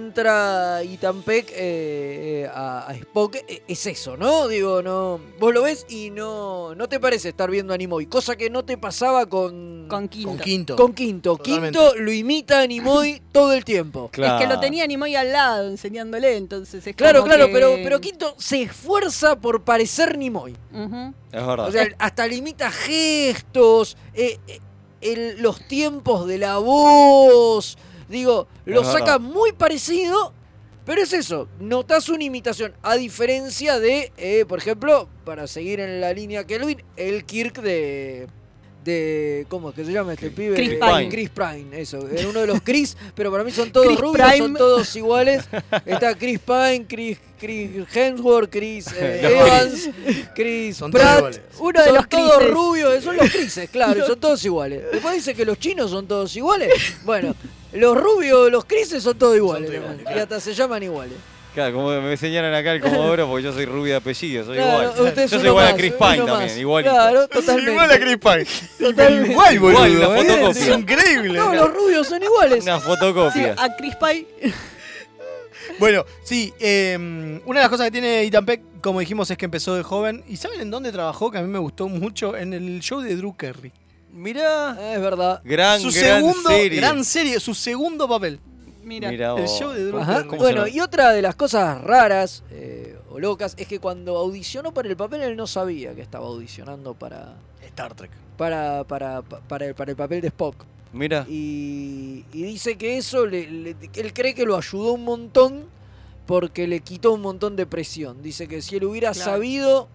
encuentra Ethan Peck eh, eh, a, a Spock eh, es eso, ¿no? Digo, no. Vos lo ves y no, no te parece estar viendo a Nimoy, cosa que no te pasaba con. Con Quinto. Con Quinto. Con Quinto. Totalmente. Quinto lo imita a Nimoy todo el tiempo. Es que lo tenía Nimoy al lado enseñándole, entonces es Claro, como claro, que- pero, pero Quinto se esfuerza por parecer Nimoy. Ujú. Es verdad. O sea, hasta limita gestos, eh, eh, el- los tiempos de la voz. Digo, lo Es saca verdad. muy parecido, pero es eso. Notas una imitación. A diferencia de, eh, por ejemplo, para seguir en la línea Kelvin, el Kirk de. De, ¿Cómo es que se llama este pibe? Chris Eh, Pine. Chris Pine, eso. Era uno de los Chris, pero para mí son todos Chris rubios, son Prime. todos iguales. Está Chris Pine, Chris, Chris Hemsworth, Chris eh, Los Evans, Chris Son todos Pratt. iguales. Uno de son los todos crises. rubios, eh, son los crises, claro, y son todos iguales. Después dice que los chinos son todos iguales. Bueno, los rubios, los crises son todos iguales. todos ¿no? iguales, claro. Y hasta se llaman iguales. Claro, como me señalan acá el Comodoro porque yo soy rubio de apellido, soy Claro, igual. usted es yo soy uno igual a más, Chris uno Pine más. también, igual. Claro, totalmente. Igual a Chris Pine. Totalmente. Igual, boludo. Igual, una ¿eh? fotocopia. Es increíble. No, los rubios son iguales. Una fotocopia. Sí, a Chris Pine Bueno, sí, eh, una de las cosas que tiene Ethan Peck, como dijimos, es que empezó de joven. ¿Y saben en dónde trabajó? Que a mí me gustó mucho. En el show de Drew Carey. Mirá. Ah, es verdad. Gran, su gran segundo, serie. gran serie, su segundo papel. Mira. Mirá El vos. show de Drew Ajá. Carey. Bueno, se y otra de las cosas raras eh, o locas es que cuando audicionó para el papel él no sabía que estaba audicionando para Star Trek. para para, para, el, para el papel de Spock. Mirá. Y, y dice que eso, le- le- él cree que lo ayudó un montón porque le quitó un montón de presión. Dice que si él hubiera Claro. sabido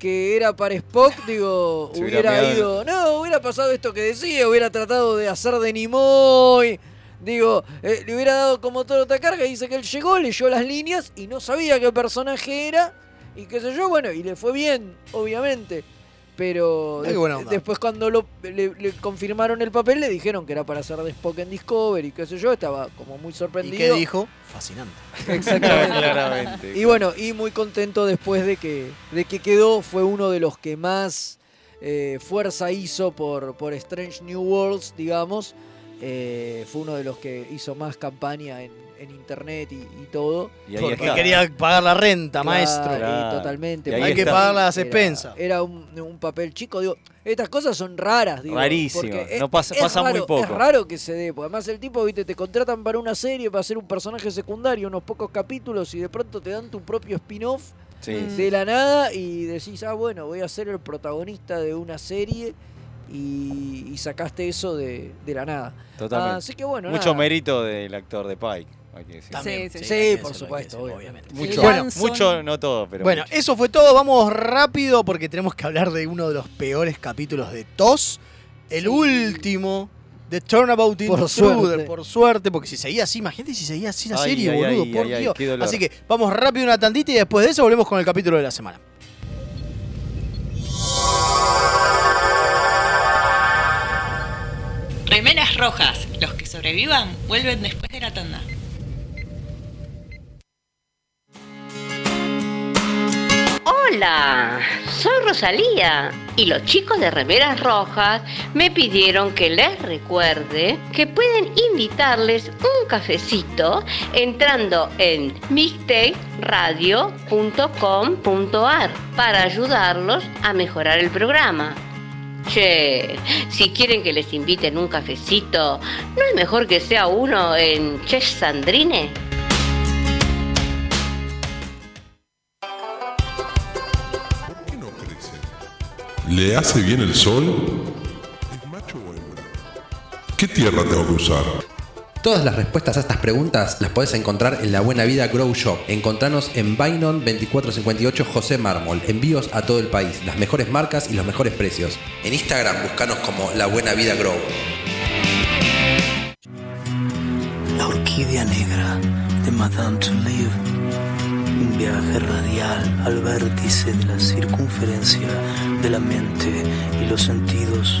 que era para Spock, digo, Se hubiera hubiera meado en- ido, no, hubiera pasado esto que decía, hubiera tratado de hacer de Nimoy. Digo, eh, le hubiera dado como toda otra carga. Dice que él llegó, leyó las líneas y no sabía qué personaje era. Y qué sé yo, bueno, y le fue bien, obviamente. Pero Ay, qué buena onda. después Pues cuando lo, le, le confirmaron el papel le dijeron que era para hacer de Spock en Discovery, qué sé yo, estaba como muy ¿Y qué sorprendido. dijo? Fascinante. Exactamente. Claramente. Y bueno, y muy contento después de que, de que quedó, fue uno de los que más eh, fuerza hizo por, por Strange New Worlds, digamos. Eh, fue uno de los que hizo más campaña en, en internet y, y todo. Y ahí Porque está. quería pagar la renta, maestro. Claro, y Claro. totalmente. Y ahí porque Hay que está. pagar las era- expensas. Era, un, un papel chico, digo. Estas cosas son raras, digo. Rarísimas, porque no pasa- pasa muy raro- poco. Es raro que se dé, porque además el tipo, viste, te contratan para una serie, para hacer un personaje secundario, unos pocos capítulos, y de pronto te dan tu propio spin-off Sí, sí. de la nada y decís, ah, bueno, voy a ser el protagonista de una serie. Y, y sacaste eso de, de la nada. Totalmente. Así que bueno, Mucho nada. mérito del actor de Pike, hay que decir. También, Sí, sí. Sí, también, por eso lo hay que supuesto, decir, obviamente. Mucho, Bueno, Lanson. mucho, no todo, pero bueno, mucho. eso fue todo. Vamos rápido porque tenemos que hablar de uno de los peores capítulos de TOS. El último de Turnabout Por Intruder, suerte. por suerte, porque si seguía así, imagínate si seguía así la Ay, serie, ay, boludo, ay, por ay, ay, Dios. qué dolor. así que vamos rápido una tandita y después de eso volvemos con el capítulo de la semana. Remeras rojas. Los que sobrevivan vuelven después de la tanda. Hola, soy Rosalía y los chicos de Remeras Rojas me pidieron que les recuerde que pueden invitarles un cafecito entrando en mixtaperadio.com.ar para ayudarlos a mejorar el programa. Che, si quieren que les inviten un cafecito, ¿no es mejor que sea uno en Che Sandrine? ¿Le hace bien el sol? ¿Qué tierra tengo que usar? Todas las respuestas a estas preguntas las podés encontrar en La Buena Vida Grow Shop. Encontranos en Bainon 2458 José Mármol. Envíos a todo el país, las mejores marcas y los mejores precios. En Instagram buscanos como La Buena Vida Grow. La orquídea negra de Madame Touleau. Un viaje radial al vértice de la circunferencia de la mente y los sentidos.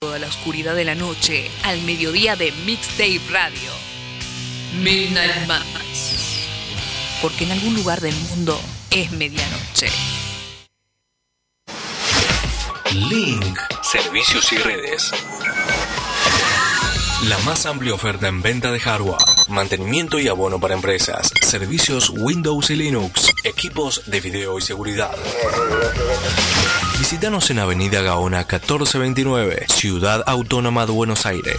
Toda la oscuridad de la noche al mediodía de Mixtape Radio. Midnight Mass. Porque en algún lugar del mundo es medianoche. Link. Servicios y redes. La más amplia oferta en venta de hardware, mantenimiento y abono para empresas, servicios Windows y Linux, equipos de video y seguridad. Visítanos en Avenida Gaona 1429, Ciudad Autónoma de Buenos Aires.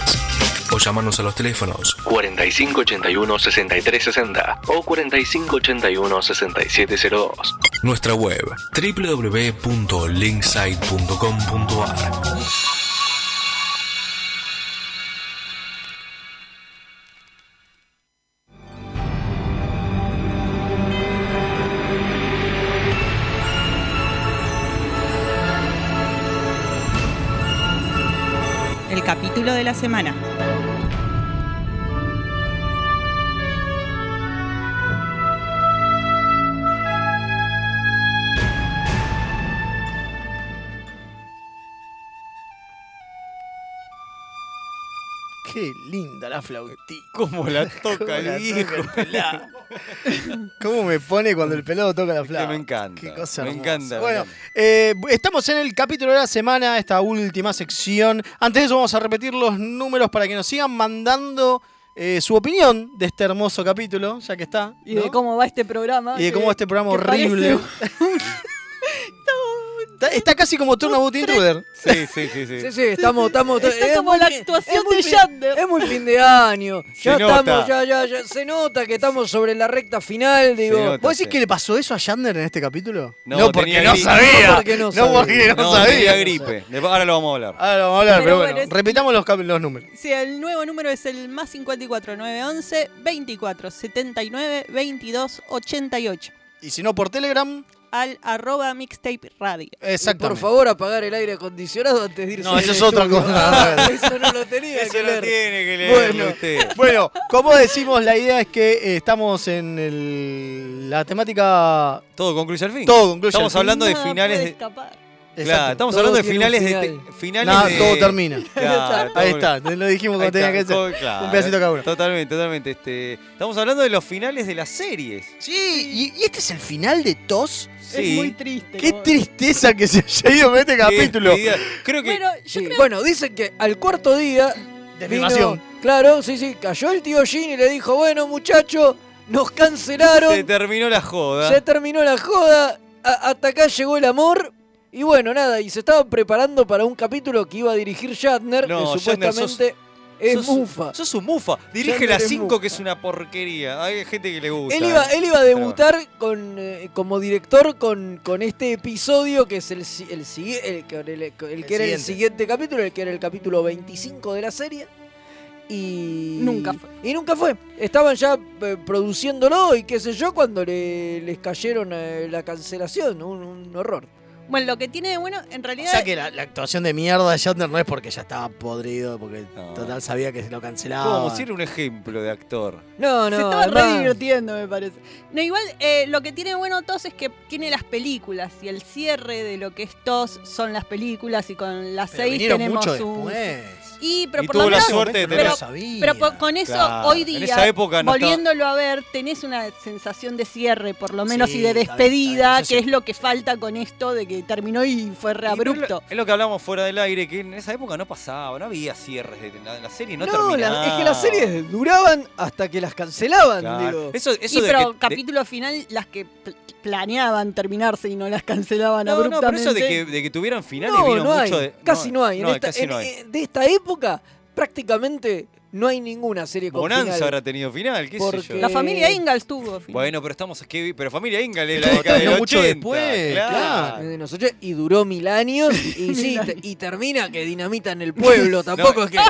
O llámanos a los teléfonos 4581-6360 o 4581-6702. Nuestra web www.linksite.com.ar El capítulo de la semana. Qué linda la flautita. ¿Cómo la toca el viejo? pelado? ¿Cómo me pone cuando el pelado toca la flauta? me encanta. Qué cosa me hermosa. encanta. me Bueno, eh, estamos en el capítulo de la semana, esta última sección. Antes de eso vamos a repetir los números para que nos sigan mandando eh, su opinión de este hermoso capítulo, ya que está. Y ¿no? de cómo va este programa. Y de que- cómo este programa que horrible. parece- está, está casi como Turno Boot Intruder. Sí, sí, sí. sí. Sí, sí, estamos, estamos. Está es como muy la fin- actuación es muy de fin- Yander. Es muy fin de año. Se Ya nota. estamos, ya, ya, ya. Se nota que estamos sobre la recta final, digo. ¿Vos decís que le pasó eso a Yander en este capítulo? No, porque tenía no gripe. sabía. No porque no sabía. porque no No, sabía. tenía gripe. De- Ahora lo vamos a hablar. Ahora Ah, vamos a hablar, pero, Pero bueno, bueno, es- repitamos los, cap- los números. Sí, el nuevo número es el más 54 911 24 79 22 88. Y si no, por Telegram. Al arroba mixtape radio. Exactamente. Por favor, apagar el aire acondicionado antes de irse. No, del eso es otra estudio. cosa. eso no lo tenía que leer. tiene que Bueno, bueno, como decimos, la idea es que eh, estamos en el- la temática. Todo concluye al fin. Todo concluye Estamos al fin. hablando de Nada finales puede de. escapar. Claro, Exacto. estamos Todo hablando de tiene un finales de. final. Finales Nada, de- todo termina. Claro, Ahí todo- está, lo dijimos Ahí cuando tenía que está, ser. claro. Un pedacito cada uno. Totalmente, totalmente. Este, estamos hablando de los finales de las series. Sí, y, y este es el final de TOS. Sí. muy triste. Qué tristeza que se haya ido con este capítulo. despedida. Creo que. Sí, Bueno, dicen que al cuarto día. vino- filmación. Claro, sí, sí. Cayó el tío Gin y le dijo: Bueno, muchacho, nos cancelaron. Se terminó la joda. Se terminó la joda, a- hasta acá llegó el amor. Y bueno, nada, y se estaban preparando para un capítulo que iba a dirigir Shatner, No, que Shatner, supuestamente es sos- Mufa. Sos un Mufa. Dirige Shatner la es 5, Mufa. que es una porquería. Hay gente que le gusta. Él iba, ¿eh? él iba a Pero debutar con, eh, como director con, con este episodio que es el, si- el, sigui- el que- el- el que era el siguiente. siguiente capítulo, el que era el capítulo 25 de la serie. Y Nunca fue. Y nunca fue. Estaban ya eh, produciéndolo y qué sé yo cuando le- les cayeron eh, la cancelación. Un, un horror. Bueno, lo que tiene de bueno, en realidad. O sea que la, la actuación de mierda de Shatner no es porque ya estaba podrido, porque total sabía que se lo bueno. cancelaba. ¿Cómo? Si era un ejemplo de actor. No, Se estaba re divirtiendo, me parece. No, igual eh, lo que tiene bueno TOS es que tiene las películas y el cierre de lo que es TOS son las películas y con las Pero seis vinieron tenemos mucho un. después. Y, pero Y por lo tuvo la menos- suerte de pero- tener- Pero po- con eso, Claro, hoy en día, esa época no estaba- volviéndolo a ver, tenés una sensación de cierre, por lo menos, Sí, y de está bien, está bien, despedida, eso sí. que es lo que falta con esto de que que terminó y fue reabrupto. Es lo que hablábamos fuera del aire, que en esa época no pasaba, no había cierres de la, la serie, no, No, la- terminaba. es que las series duraban hasta que las cancelaban, Claro. digo. Eso- eso y de pero que- de- capítulo final, las que pl- planeaban terminarse y no las cancelaban No, no, abruptamente. pero eso de que, de que tuvieran finales No, vino no hay. mucho de. casi no hay. En esta- casi en- no hay. eh, de esta época, prácticamente no hay ninguna serie con Bonanza final. habrá tenido final, qué Porque- sé yo. La familia Ingalls tuvo. fin. eh, Bueno, pero estamos aquí, pero familia Ingal es la No, década de terminó 80. mucho después, claro. de los 80, y duró mil años y sí, te- y termina que dinamitan el pueblo, tampoco No, es que Eso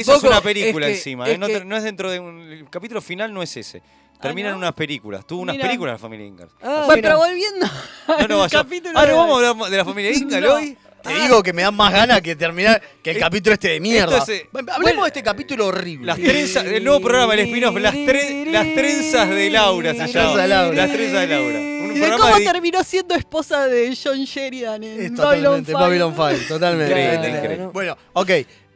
es tampoco una película es que- encima, es ¿eh? no, que- te- no es dentro de un el capítulo final no es ese. Terminan unas películas, tuvo unas Mira. películas la familia Ingal. Ah, Bueno, pero volviendo No, al no vaya. capítulo Ah, de- no vamos a hablar de la familia Ingal No. Ah. Eh, hoy. Te digo que me dan más ganas que terminar que el capítulo este de mierda. Entonces, Hablemos de este capítulo horrible. Las trenzas, el nuevo programa, el spin-off, las, tre- las trenzas de Laura se Las llama. trenzas de Laura. Las trenzas de Laura. Un ¿Y de programa cómo de- terminó siendo esposa de John Sheridan en Babylon Totalmente, 5? Babylon 5, totalmente. Increíble, increíble. Bueno, ok.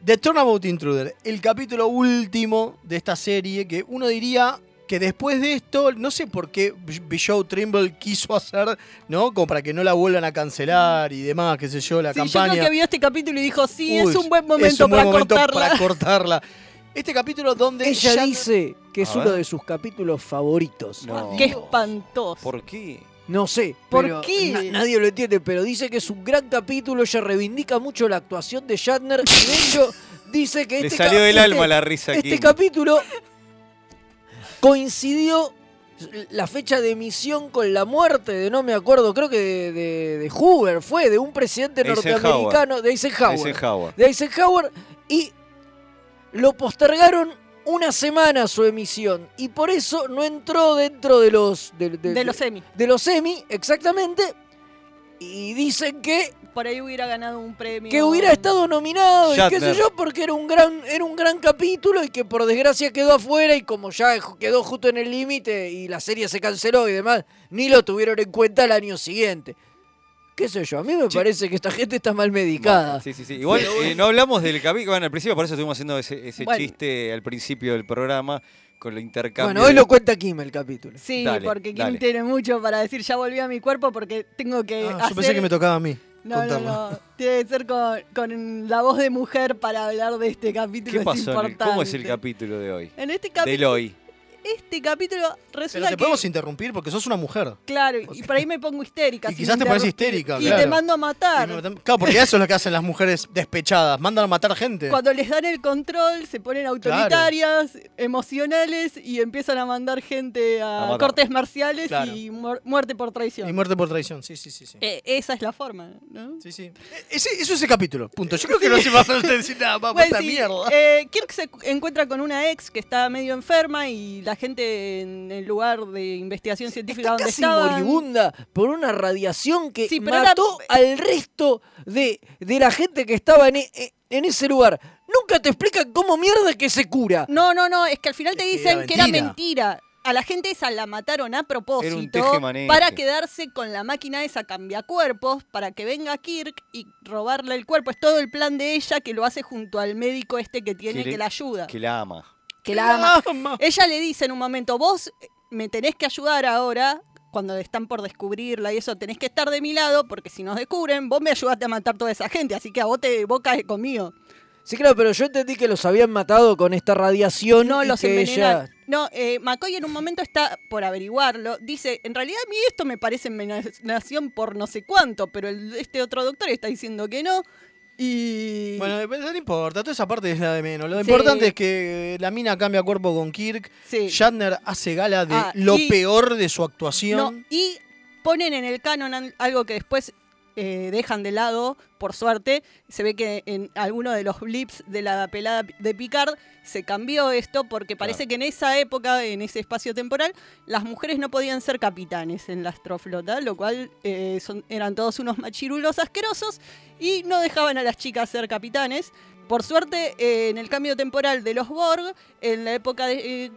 The Turnabout Intruder, el capítulo último de esta serie que uno diría que después de esto, no sé por qué B- Bijou Trimble quiso hacer, ¿no? Como para que no la vuelvan a cancelar y demás, qué sé yo, la Sí, yo campaña. creo que vio este capítulo y dijo, sí, Uy, es un buen momento, es un buen para, momento cortarla. para cortarla. Este capítulo donde Ella ya- dice que es A uno ver. de sus capítulos favoritos. No. Qué espantoso. ¿Por qué? No sé, ¿Por pero qué? na- nadie lo entiende, pero dice que es un gran capítulo, ella reivindica mucho la actuación de Shatner y de hecho dice que Le este salió ca- del este- alma la risa Este aquí. capítulo coincidió la fecha de emisión con la muerte de no me acuerdo, creo que de, de- de Hoover fue, de un presidente Eisenhower. norteamericano, de Eisenhower. Eisenhower. De Eisenhower y lo postergaron una semana su emisión y por eso no entró dentro de los de, de- De los Emmy. de los Emmy, exactamente. Y dicen que, Por ahí hubiera ganado un premio. que hubiera estado nominado y qué sé Shatner. yo, porque era un gran, era un gran capítulo y que por desgracia quedó afuera y como ya ju- quedó justo en el límite y la serie se canceló y demás, ni lo tuvieron en cuenta el año siguiente. Qué sé yo, a mí me parece que esta gente está mal medicada. Sí, sí, sí. Igual eh, no hablamos del capítulo. Bueno, al principio, por eso estuvimos haciendo ese, ese Bueno. chiste al principio del programa con el intercambio. Bueno, hoy de- lo cuenta Kim el capítulo. Sí, Dale, porque Kim dale. tiene mucho para decir, ya volví a mi cuerpo porque tengo que Ah, hacer... yo pensé que me tocaba a mí. No, no, contarlo. no. Tiene que ser con, con la voz de mujer para hablar de este capítulo. ¿Qué es pasó? en el- ¿Cómo es el importante. capítulo de hoy? En este Del capítulo, hoy. este capítulo Pero resulta te que... podemos interrumpir porque sos una mujer. Claro, y por ahí me pongo histérica. Y si quizás me te pones interrumpís. histérica, Y te claro. mando a matar. Claro, porque eso es lo que hacen las mujeres despechadas, mandan a matar gente. Cuando les dan el control, se ponen autoritarias, emocionales y empiezan a mandar gente A a, matar. cortes marciales Claro. y muer- muerte por traición. Y muerte por traición, sí, sí, sí. sí. Eh, esa es la forma, ¿no? Sí, sí. Ese, eso es ese capítulo, punto. Yo creo que no se va a decir nada más por Bueno, esta sí, mierda. eh, Kirk se encuentra con una ex que está medio enferma y la gente en el lugar de investigación científica Está donde casi estaban- moribunda por una radiación que Sí, pero era- mató al resto de, de la gente que estaba en, e- en ese lugar. Nunca te explican cómo mierda que se cura. No, no, no, es que al final te que dicen era que era mentira. A la gente esa la mataron a propósito tejemaneje. para quedarse con la máquina esa cambiacuerpos, para que venga Kirk y robarle el cuerpo. Es todo el plan de ella que lo hace junto al médico este que tiene que, le- la ayuda. Que la ama. que la ama. Ella le dice en un momento, vos eh, me tenés que ayudar ahora, cuando están por descubrirla y eso, tenés que estar de mi lado, porque si nos descubren, vos me ayudaste a matar toda esa gente, así que a vos te vos caes conmigo. Sí, claro, pero yo entendí que los habían matado con esta radiación. No, y los que envenenan. ella- No, eh, McCoy en un momento está por averiguarlo. Dice, en realidad a mí esto me parece envenenación por no sé cuánto, pero el- este otro doctor está diciendo que no. Y... Bueno, eh, pero no importa, toda esa parte es la de menos. Lo Sí. importante es que la mina cambia cuerpo con Kirk. Sí. Shatner hace gala de Ah, lo y- peor de su actuación. No, y ponen en el canon al- algo que después eh, dejan de lado, por suerte. Se ve que en alguno de los blips de la pelada de Picard se cambió esto porque parece que en esa época, en ese espacio temporal, las mujeres no podían ser capitanes en la astroflota, lo cual eh, son- eran todos unos machirulos asquerosos y no dejaban a las chicas ser capitanes. Por suerte, eh, en el cambio temporal de los Borg, en la época de... eh,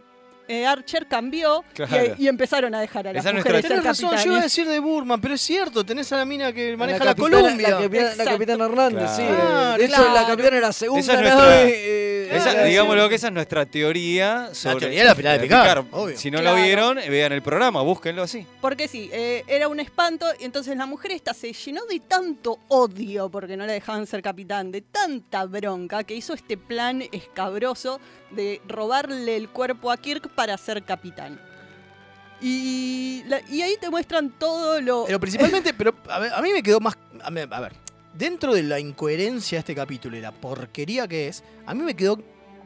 eh, Archer cambió y- Claro. y, empezaron a dejar a las Esa es mujeres ser Tenés razón, yo iba a capitanes. decir de Burman, pero es cierto, tenés a la mina que maneja la, capitana- Colombia. La, capitana- la capitana Hernández, sí. Claro, de hecho, claro. la capitana era la segunda Esa es nuestra- nave. eh, Esa esa, digámoslo que esa es nuestra teoría sobre. teoría de la pilada de picar, obvio. Si no Claro. lo vieron, eh, vean el programa, búsquenlo así. Porque sí, eh, era un espanto, y entonces la mujer esta se llenó de tanto odio porque no la dejaban ser capitán, de tanta bronca que hizo este plan escabroso de robarle el cuerpo a Kirk para ser capitán. Y, la- y ahí te muestran todo lo... Pero principalmente, pero a, ver, a mí me quedó más. A ver, a ver, dentro de la incoherencia de este capítulo y la porquería que es, a mí me quedó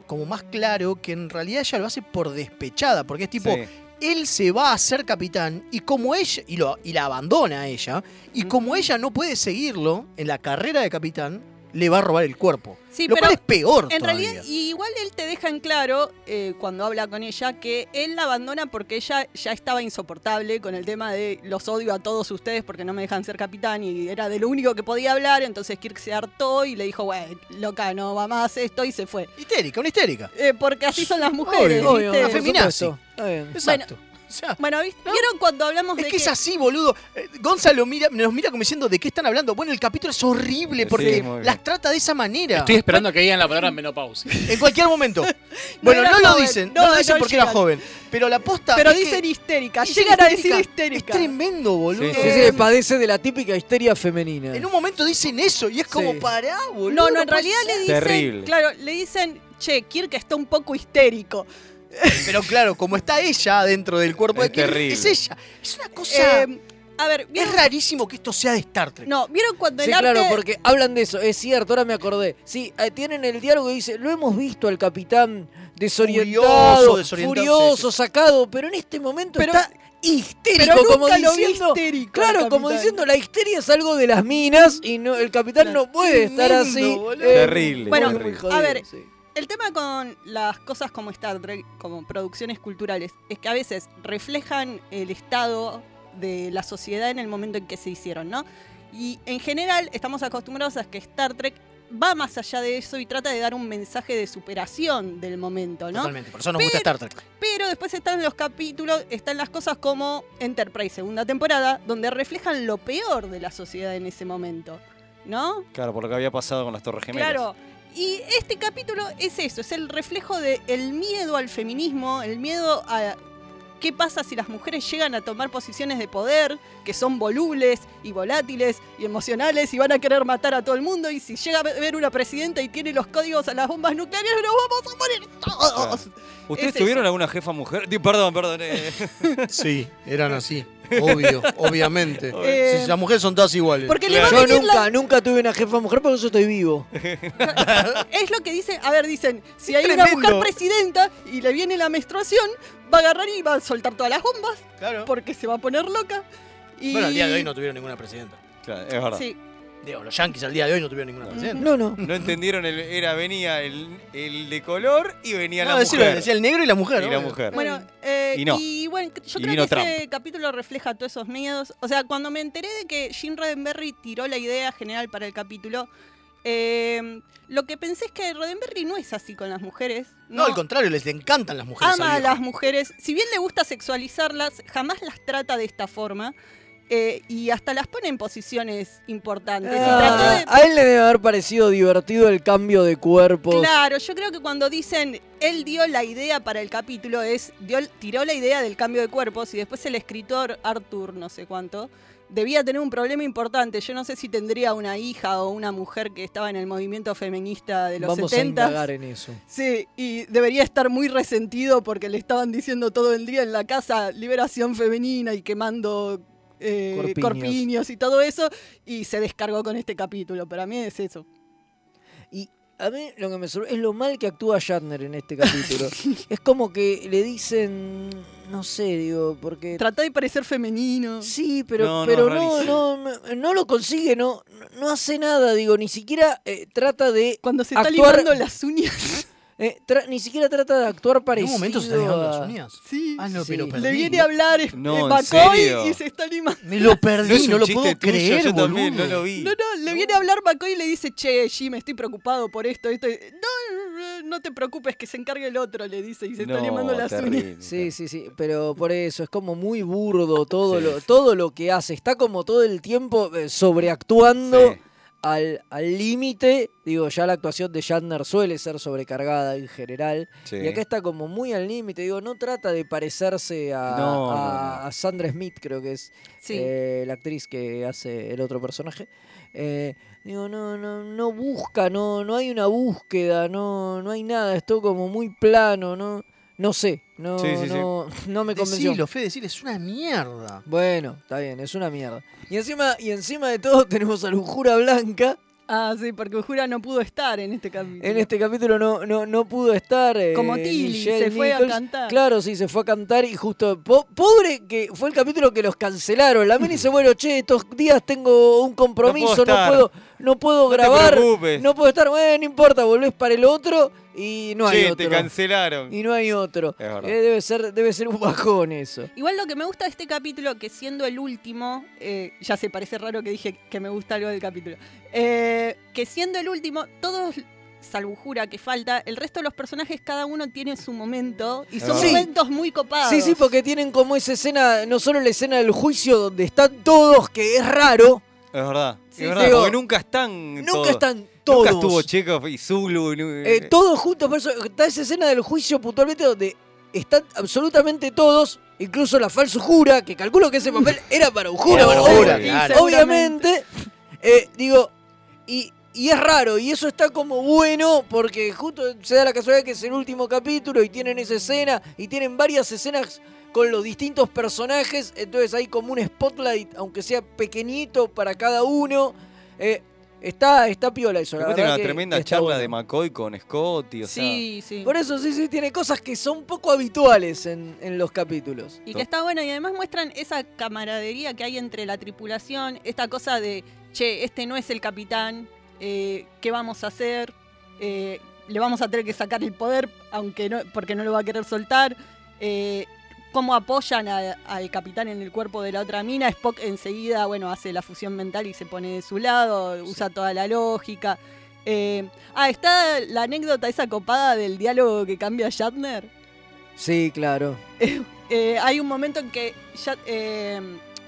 como más claro que en realidad ella lo hace por despechada, porque es tipo. Sí. Él se va a ser capitán y como ella y, lo, y la abandona a ella y como ella no puede seguirlo en la carrera de capitán le va a robar el cuerpo. Sí, lo pero cual es peor. En todavía. realidad, y igual él te deja en claro eh, cuando habla con ella que él la abandona porque ella ya estaba insoportable con el tema de los odio a todos ustedes porque no me dejan ser capitán y era de lo único que podía hablar. Entonces Kirk se hartó y le dijo, bueno, loca, no va más esto y se fue. Histérica, una histérica. Eh, porque así son las mujeres, Obvio, ¿viste? obvio, afeminazi. Exacto. Bueno, bueno, ¿viste? ¿vieron cuando hablamos de Es que es así, boludo. Eh, Gonzalo mira, nos mira como diciendo, ¿de qué están hablando? Bueno, el capítulo es horrible porque Sí, muy bien. las trata de esa manera. Estoy esperando que digan la palabra menopausia. En cualquier momento. Bueno, era no, lo joven. dicen, No, no, lo dicen no porque era llegan. joven. Pero la posta. Pero es que dicen histérica, es llegan a decir Es histérica. tremendo, boludo. Sí, sí, padece de la típica histeria femenina. En un momento dicen eso y es como Sí. pará, boludo. No, no, en puede realidad ser. le dicen, Terrible. claro, le dicen, che, Kirk está un poco histérico. Pero claro, como está ella dentro del cuerpo de Kirk, terrible. es ella. Es una cosa. Eh, a ver, es rarísimo que esto sea de Star Trek. No, ¿vieron cuando Sí, el arte... claro, porque hablan de eso, es cierto, ahora me acordé. Sí, eh, tienen el diálogo y dice, lo hemos visto al capitán desorientado, Furioso, furioso, desorientado, sacado, pero en este momento Pero- está histérico, pero nunca como lo vi diciendo, histérico al claro, como capitán. diciendo la histeria es algo de las minas y no, el capitán no puede estar así. eh, Terrible. Bueno, terrible. a ver, el tema con las cosas como Star Trek, como producciones culturales, es que a veces reflejan el estado de la sociedad en el momento en que se hicieron, ¿no? Y en general estamos acostumbrados a que Star Trek va más allá de eso y trata de dar un mensaje de superación del momento, ¿no? Totalmente, por eso nos gusta Star Trek. Pero después están los capítulos, están las cosas como Enterprise, segunda temporada, donde reflejan lo peor de la sociedad en ese momento, ¿no? Claro, por lo que había pasado con las Torres Gemelas. Claro. Y este capítulo es eso, es el reflejo del miedo al feminismo, el miedo a qué pasa si las mujeres llegan a tomar posiciones de poder, que son volubles y volátiles y emocionales y van a querer matar a todo el mundo y si llega a ver una presidenta y tiene los códigos a las bombas nucleares, nos vamos a morir todos. Ah, ¿Ustedes Es tuvieron alguna jefa mujer? Di- Perdón, perdón. eh. Sí, eran así. Obvio, obviamente. Eh, Si las mujeres son todas iguales. yo nunca, nunca tuve una jefa mujer porque yo estoy vivo. ¿eh? Es lo que dicen, a ver, dicen, si hay una Tremendo. mujer presidenta y le viene la menstruación, va a agarrar y va a soltar todas las bombas, porque se va a poner loca. Y... Bueno, al día de hoy no tuvieron ninguna presidenta. Claro, es verdad. Sí. Digo, los yankees al día de hoy no tuvieron Mm. ninguna presidenta. no. No entendieron, el, era venía el, el de color y venía No, la decirlo, mujer. decía el negro y la mujer, Y ¿no? la mujer. Bueno, eh, Y no. y bueno, cre- yo Y creo vino que este capítulo refleja todos esos miedos. O sea, cuando me enteré de que Jim Roddenberry tiró la idea general para el capítulo, eh, lo que pensé es que Roddenberry no es así con las mujeres. No, al contrario, les encantan las mujeres. ama a al viejo. las mujeres. Si bien le gusta sexualizarlas, jamás las trata de esta forma. eh, y hasta las pone en posiciones importantes. Y trató Ah, de- a él le debe haber parecido divertido el cambio de cuerpos. Claro, yo creo que cuando dicen él dio la idea para el capítulo es dio, tiró la idea del cambio de cuerpos y después el escritor Arthur, no sé cuánto, debía tener un problema importante. Yo no sé si tendría una hija o una mujer que estaba en el movimiento feminista de los Vamos 70. a indagar en eso. Sí, y debería estar muy resentido porque le estaban diciendo todo el día en la casa liberación femenina y quemando eh, Corpiños. corpiños y todo eso, y se descargó con este capítulo. Para mí es eso. Y a mí lo que me sorprende es lo mal que actúa Shatner en este capítulo. es como que le dicen, no sé, digo, porque... Tratá de parecer femenino. Sí, pero No, no, no, pero no, rarísimo. no, no, no lo consigue, no, no hace nada, digo, ni siquiera eh, trata de Cuando se está actuar, limando las uñas. eh, tra- ni siquiera trata de actuar ¿En parecido. un momento se están limando a- las uñas? Sí. Ah, no, Sí. pero Le perdí. Le viene a hablar es- No, eh, ¿en serio? McCoy y se está limando. Me lo No perdí, es no, un lo chiste puedo tuyo, creer, yo boludo. también no lo vi. No, no, le viene a hablar McCoy y le dice, che, Jim, estoy preocupado por esto, esto. No, no te preocupes, que se encargue el otro, le dice, y se está limando las uñas. Sí, sí, sí, pero por eso es como muy burdo todo lo todo lo que hace, está como todo el tiempo eh, sobreactuando al al límite. digo, ya la actuación de Shatner suele ser sobrecargada en general. Sí. Y acá está como muy al límite. Digo, no trata de parecerse a, No, a- no, a Sandra Smith, creo que es Sí. eh, la actriz que hace el otro personaje. Eh, digo, no, no, no busca, no, no hay una búsqueda, no, no hay nada. Es todo como muy plano, no, no sé. No, Sí, sí, sí. no, no me convenció. Decilo, Fede, decilo, es una mierda. Bueno, está bien, es una mierda. Y encima, y encima de todo tenemos a Lujura Blanca. Ah, sí, porque Jura no pudo estar en este capítulo. En este capítulo no, no, no pudo estar. eh, Como Tilly, Michelle se fue a Nichols. cantar. Claro, sí, se fue a cantar y justo. po- pobre que fue el capítulo que los cancelaron. La mini dice, bueno, che, estos días tengo un compromiso, no estar. puedo, no puedo No te grabar. preocupes. No puedo estar, bueno, no importa, volvés para el otro y no hay che, otro. te cancelaron. Y no hay otro. Es verdad. Eh, debe, ser, debe ser un bajón eso. Igual lo que me gusta de este capítulo, que siendo el último, eh, ya se parece raro que dije que me gusta algo del capítulo, eh, que siendo el último, todos, salvo Jura que falta, el resto de los personajes cada uno tiene su momento y Es son verdad. momentos muy copados. Sí, sí, porque tienen como esa escena, no solo la escena del juicio donde están todos, que es raro. Es verdad. Sí, es verdad, digo, porque nunca están. nunca todos. están Nunca todos. estuvo Chekhov y Zulu. nu- Eh, todos juntos, por eso está esa escena del juicio puntualmente donde están absolutamente todos, incluso la falso jura, que calculo que ese papel era para Ujura, Era para obvio- Ujura, claro. obviamente. eh, digo, y, y es raro, y eso está como bueno, porque justo se da la casualidad que es el último capítulo y tienen esa escena, y tienen varias escenas con los distintos personajes, entonces hay como un spotlight, aunque sea pequeñito para cada uno. eh, está, está piola eso, la verdad Después tiene una que tremenda está charla bueno. de McCoy con Scotty, o sea. sí. Por eso sí, sí, tiene cosas que son poco habituales en, en los capítulos. Y que está bueno, y además muestran esa camaradería que hay entre la tripulación, esta cosa de, che, este no es el capitán, eh, ¿qué vamos a hacer? Eh, le vamos a tener que sacar el poder, aunque no, porque no lo va a querer soltar. Eh, cómo apoyan a- al capitán en el cuerpo de la otra mina. Spock enseguida, bueno, hace la fusión mental y se pone de su lado, usa toda la lógica. Eh, ah, está la anécdota esa copada del diálogo que cambia Shatner. Sí, claro. Eh, hay un momento en que, ya, eh,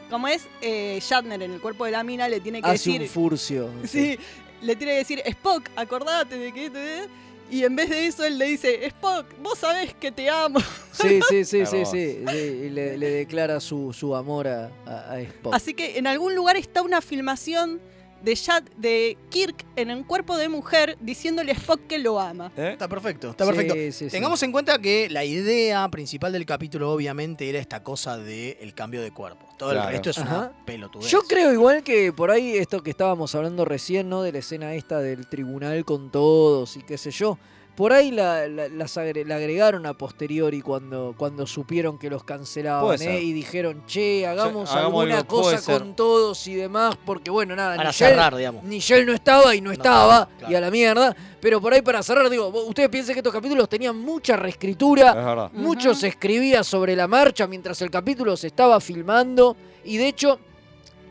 como es, eh, Shatner en el cuerpo de la mina le tiene que Hace decir... un furcio. Sí, le tiene que decir, Spock, acordate de que... te-". Y en vez de eso, él le dice, Spock, vos sabés que te amo. Sí, sí, sí, sí, sí, Hermoso. sí, Y le, le declara su, su amor a, a- a Spock. Así que en algún lugar está una filmación de, Shat, de Kirk en el cuerpo de mujer diciéndole a Spock que lo ama. ¿eh? Está perfecto, está Sí, perfecto. sí, sí. Tengamos en cuenta que la idea principal del capítulo, obviamente, era esta cosa del cambio de cuerpo. Todo Claro. el resto es Ajá. una pelotudez. Yo creo igual que por ahí esto que estábamos hablando recién, ¿no? De la escena esta del tribunal con todos y qué sé yo. Por ahí la, la- las agre- la agregaron a posteriori cuando, cuando supieron que los cancelaban, Puede ser. ¿eh? Y dijeron, che, hagamos hagamos alguna algo, puede cosa ser. con todos y demás, porque bueno, nada, Para Nigel- cerrar, digamos. Nigel no estaba y no estaba, claro. y a la mierda. Pero por ahí para cerrar, digo, vos- ustedes piensen que estos capítulos tenían mucha reescritura. Es verdad. Mucho se escribía sobre la marcha mientras el capítulo se estaba filmando y de hecho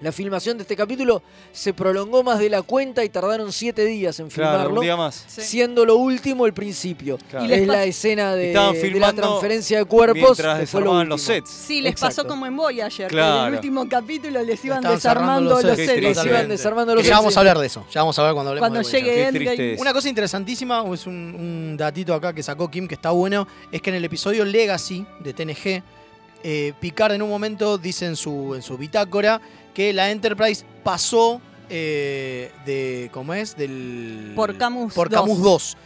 la filmación de este capítulo se prolongó más de la cuenta y tardaron siete días en Claro, filmarlo, un día más. siendo lo último el principio. Claro. Y les Es pas- la escena de, Estaban de la filmando transferencia de cuerpos. Mientras que fue lo desarmaban los último. sets. Sí, les pasó Exacto. como en Voyager, que en Claro. el último capítulo les iban Estaban cerrando desarmando los sets, sets. totalmente. Iban desarmando los Que ya sets, vamos sí. a hablar de eso. Ya vamos a hablar cuando hablemos Cuando de Voyager. llegue Qué triste Endgame. es. Una cosa interesantísima, es un, un datito acá que sacó Kim que está bueno, es que en el episodio Legacy de TNG, eh, Picard en un momento dice en su, en su bitácora que la Enterprise pasó eh, de. ¿Cómo es? Del. Por Camus por 2. Camus 2.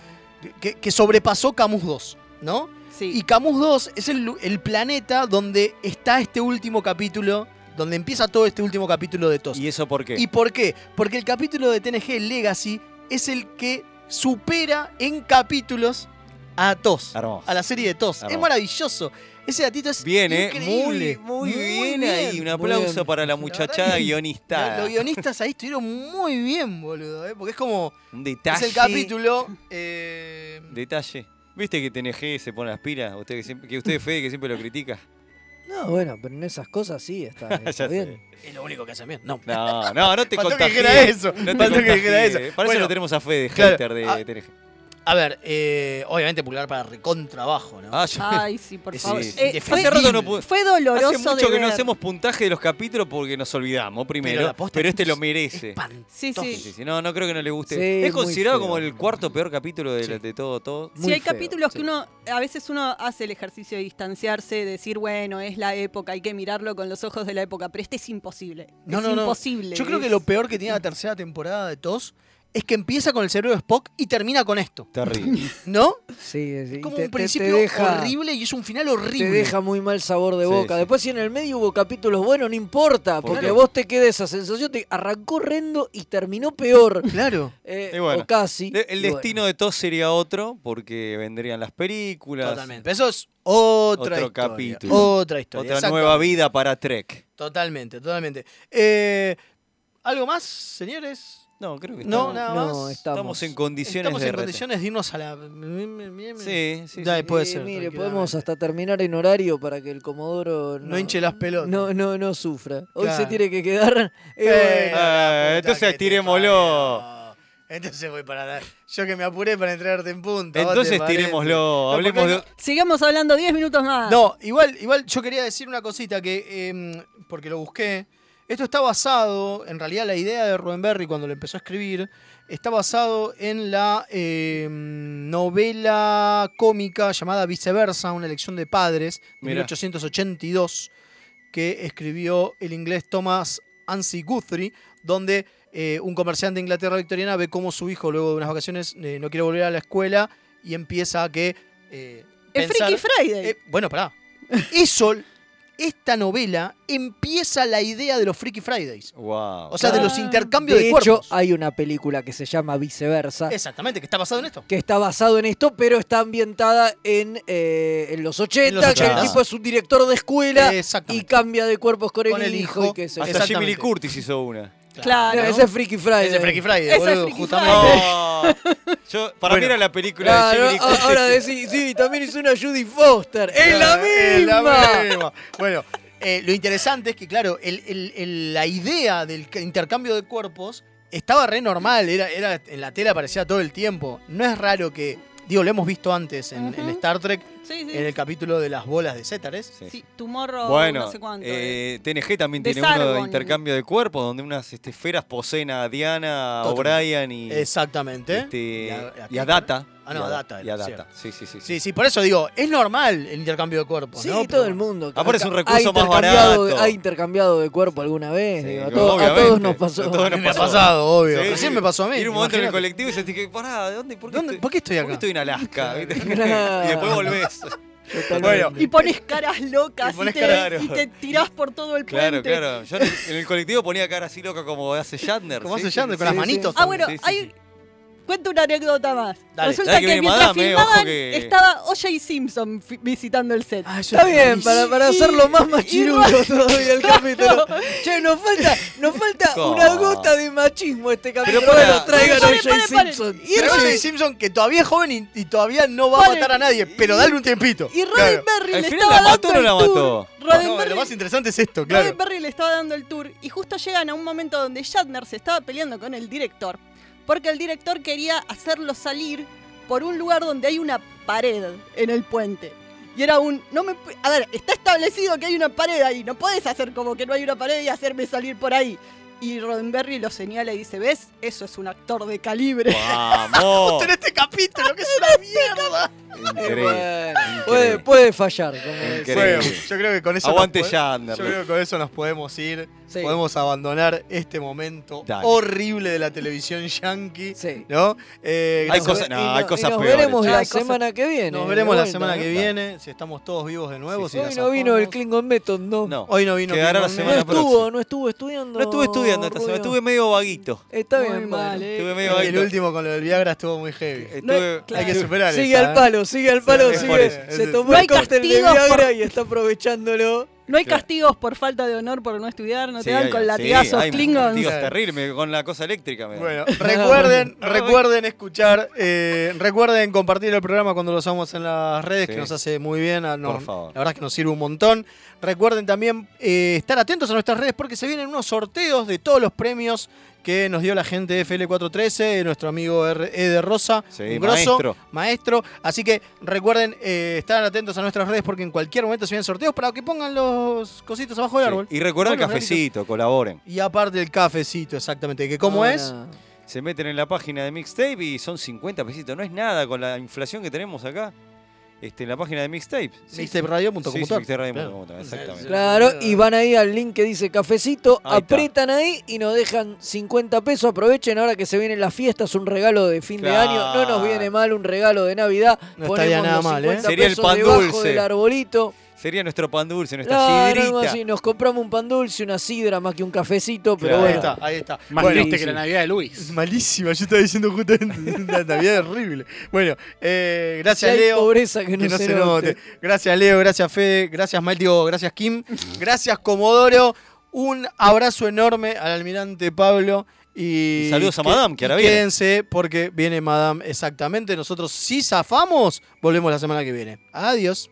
que, que sobrepasó Camus 2, ¿no? Sí. Y Camus 2 es el, lu- el planeta donde está este último capítulo, donde empieza todo este último capítulo de TOS. ¿Y eso por qué? ¿Y por qué? Porque el capítulo de TNG Legacy es el que supera en capítulos a TOS, Hermoso. a la serie de TOS. Es Hermoso. maravilloso. Ese datito es Bien, ¿eh? increíble. Muy, muy, bien, bien. ahí. Un muy aplauso bien. para la muchachada verdad que- guionista. Los guionistas ahí estuvieron muy bien, boludo, ¿eh? porque es como... Un detalle. Es el capítulo... eh, Detalle. ¿Viste que TNG se pone las pilas? Usted que, siempre, que usted, Fede, que siempre lo critica. No, bueno, pero en esas cosas sí está, Ya está bien. sé. Es lo único que hacen bien. No. No, no, no te Faltó que contagies. dijera eso. No te Faltó que dijera contagies. eso. Para eso Bueno, lo tenemos a Fede, claro. hater de Ah, TNG. A ver, eh, obviamente pulgar para recontrabajo, ¿no? Ah, Ay, sí, por Es- favor. es Eh, indefendible. fue, Hace rato no pude- fue doloroso Hace mucho de que no ver. hacemos puntaje de los capítulos porque nos olvidamos primero, Pero la pero, posta este lo merece. Sí, sí. Sí, sí, No, no creo que no le guste. Sí, es muy considerado feo. como el cuarto peor capítulo de, la- de todo, todo. Sí, hay capítulos que uno, a veces uno hace el ejercicio de distanciarse, decir, bueno, es la época, hay que mirarlo con los ojos de la época, pero este es imposible. No, es no, no. imposible. Yo creo que es- lo peor que tiene la tercera temporada de TOS es que empieza con el cerebro de Spock y termina con esto. Terrible. ¿No? Sí, es- y Como te- te- un te principio deja- horrible y es un final Te horrible. deja muy mal sabor de Sí, boca. sí. Después, si en el medio hubo capítulos buenos, no importa, porque Claro. vos te queda esa sensación. Te arrancó horrendo y terminó peor. Claro. Eh, Y bueno, o casi. de- el Y bueno. destino de todos sería otro porque vendrían las películas. Totalmente. Pero eso es otra otro historia. capítulo. Otra historia. Otra exacto. nueva vida para Trek. Totalmente, totalmente. Eh, ¿Algo más, señores? No, creo que No, estamos- nada no, más. estamos- Estamos en condiciones Estamos de en reta. condiciones de irnos a la. Sí, sí, Dale, sí. puede Sí, ser. mire, tranquilamente. podemos hasta terminar en horario para que el Comodoro No hinche las pelotas. No, no, no sufra. Hoy Claro. se tiene que quedar. eh, Eh, bueno. Ah, la puta que entonces te tirémoslo. Entonces voy para la- Yo que me apuré para entrarte en punto. Entonces tirémoslo. Hablemos de. Sigamos hablando 10 minutos más. No, igual, igual yo quería decir una cosita que. eh, porque lo busqué. Esto está basado, en realidad la idea de Rubén Berry cuando lo empezó a escribir, está basado en la eh, novela cómica llamada Viceversa, una elección de padres, de Mirá. 1882, que escribió el inglés Thomas Ansi Guthrie, donde eh, un comerciante de Inglaterra victoriana ve cómo su hijo, luego de unas vacaciones, eh, no quiere volver a la escuela y empieza a que. eh, Es pensar- Freaky Friday. Eh, bueno, pará. Eso, esta novela empieza la idea de los Freaky Fridays. Wow. O sea, de los intercambios de, Ah, de hecho, ah. cuerpos. hay una película que se llama Viceversa. Exactamente, que está basado en esto. que está basado en esto, pero está ambientada en, eh, en los 80, En los que 80. el tipo es un director de escuela y Exactamente. cambia de cuerpos con el, Con el hijo. hijo. y qué sé yo. Hasta Jimmy Lee Exactamente. Curtis hizo una. Claro. No, ese es Freaky Friday. Ese Freaky Friday, Ese es boludo, Freaky justamente. No. Yo, para mí Bueno. ah, era la película de Claro, Jimmy Lee a- Curtis. ahora decís, sí, también hizo una Judy Foster. ¡Es la Claro, es la misma! misma. Bueno, eh, lo interesante es que, claro, el- el- el- la idea del c- intercambio de cuerpos estaba re normal. Era, era, en la tela aparecía todo el tiempo. No es raro que. Digo, lo hemos visto antes en, en Star Trek, Sí, sí. en el capítulo de las bolas de Cétares. Sí, Tomorrow, Bueno, Oh, no sé cuánto. eh, TNG también De tiene uno de Sargon. intercambio de cuerpos, donde unas este, esferas poseen a Diana, a Totalmente. O'Brien y, Exactamente. este, Y y, a- a, a- Data. Ah, no, Y a a Data Y a era, Data. Sí, sí, sí. sí. Sí, sí, por eso digo, es normal el intercambio de cuerpos, Sí, ¿no? Pero- todo el mundo. Aparte es un Ha recurso más intercambiado- barato. Ha intercambiado de cuerpo alguna vez. digo, a, Sí, to- a obviamente. todos nos pasó. A todos nos Me ha pasado, obvio. Sí, Recién sí. me pasó a mí, Ir un momento en el imagínate. colectivo y se dije, pará, ¿de dónde? ¿Por qué, ¿Dónde- Estoy, por qué estoy por qué acá? estoy en Alaska? ¿viste? Claro. y después volvés. Bueno, Y pones caras Y locas y, pones te, caras- y te tirás por todo el Claro, puente. claro. Yo en el- en el colectivo ponía cara así loca como hace Shatner. Como sí, hace sí, Shatner, con sí, las sí, manitos. Ah, bueno, sí, sí, hay... sí. Cuento una anécdota más. Dale. Resulta Dale, que que, viene mientras Madame, eh, ojo filmaban que- estaba O.J. Simpson fi- visitando el set. Está bien, para, para hacerlo más machirulo y- todavía el capítulo. Che, nos falta, nos falta una gota de machismo este capítulo. Pero pará. Bueno, traigan a Paren, O.J. paren, paren. Simpson. Y Pero Roger Simpson, que todavía es joven y, y todavía no va a matar a nadie, pero dale un tiempito. Y Robin Claro. Berry Al le final estaba la mató o no dando la el tour. mató. Roddenberry- No, lo más interesante es esto, claro. Roddenberry le estaba dando el tour y justo llegan a un momento donde Shatner se estaba peleando con el director porque el director quería hacerlo salir por un lugar donde hay una pared en el puente. Y era un, no me, pu- a ver, está establecido que hay una pared ahí, no puedes hacer como que no hay una pared y hacerme salir por ahí. Y Roddenberry lo señala y dice, ¿ves? Eso es un actor de calibre. ¡Vamos! Justo en este capítulo, que es una mierda. Increíble. Puede, puede fallar. Como Increíble. decía. Bueno, yo creo que con eso. nos Aguante pode- Shatner. Yo creo que con eso nos podemos ir. Sí. Podemos abandonar este momento Dale. horrible de la televisión yankee. Sí. ¿No? Eh, Hay gracias. cosas, Y no, no- hay y cosas nos peores. veremos la Hay cosas- semana que viene. Nos de veremos la vuelta, ¿eh? semana ¿no? que viene, si estamos todos vivos de nuevo. si la Hoy no vino zafamos. el Klingon Method, no. No. Hoy no vino Quedará la Klingon No semana Man. estuvo, no estuvo estudiando. No estuve estudiando esta semana, Rubio. estuve medio vaguito. Está Muy bien, mal, bueno. eh. Estuve medio El vaguito. último con lo del Viagra estuvo muy heavy. Estuve- No es- Hay que Claro. superar Eh, Sigue esa, al ¿eh? palo, sigue al palo, es por sigue. eso. Se No tomó hay el cóctel de castigos Viagra por- y está aprovechándolo. No hay Claro. castigos por falta de honor por no estudiar, no Sí, te dan hay- con sí, latigazos hay Klingons. Dios, terrible, me- con la cosa eléctrica. me da. Bueno, recuerden, recuerden escuchar, eh, recuerden compartir el programa cuando lo usamos en las redes, que Sí. nos hace muy bien. a- nos- Por favor. La verdad es que nos sirve un montón. Recuerden también eh, estar atentos a nuestras redes porque se vienen unos sorteos de todos los premios que nos dio la gente de FL413, nuestro amigo R- Eder Rosa, Sí, un grosso, maestro. maestro. Así que recuerden eh, estar atentos a nuestras redes porque en cualquier momento se vienen sorteos para que pongan los cositos abajo del árbol. Y recuerden el Pongan los cafecito, colaboren. granitos. Y aparte el cafecito, exactamente. Que cómo Ahora. es. Se meten en la página de Mixtape y son 50 pesitos. No es nada con la inflación que tenemos acá. Este, en la página de Mixtape. Sí, Mixtaperadio.com.ar. sí, sí, mixtaperadio.com.ar, Claro. exactamente. Claro, y van ahí al link que dice cafecito, Ahí está. aprietan ahí y nos dejan 50 pesos. Aprovechen ahora que se vienen las fiestas, un regalo de fin Claro. de año. No nos viene mal un regalo de Navidad. No estaría nada los mal, ¿eh? 50 Sería el pesos pan debajo dulce. del arbolito. Sería nuestro pan dulce, nuestra Claro, algo sidrita. así. Nos compramos un pan dulce, una sidra más que un cafecito, pero Claro. bueno. Ahí está, ahí está. Más triste que la Navidad de Luis. Malísima, yo estaba diciendo justamente la Navidad es horrible. Bueno, eh, gracias Si hay Leo. pobreza, que no se note. Gracias Leo, gracias Fede, gracias Mal, digo, gracias Kim, gracias Comodoro. Un abrazo enorme al almirante Pablo. Y, Y saludos a Madame, que ahora y viene. Quédense porque viene Madame exactamente. Nosotros si zafamos, volvemos la semana que viene. Adiós.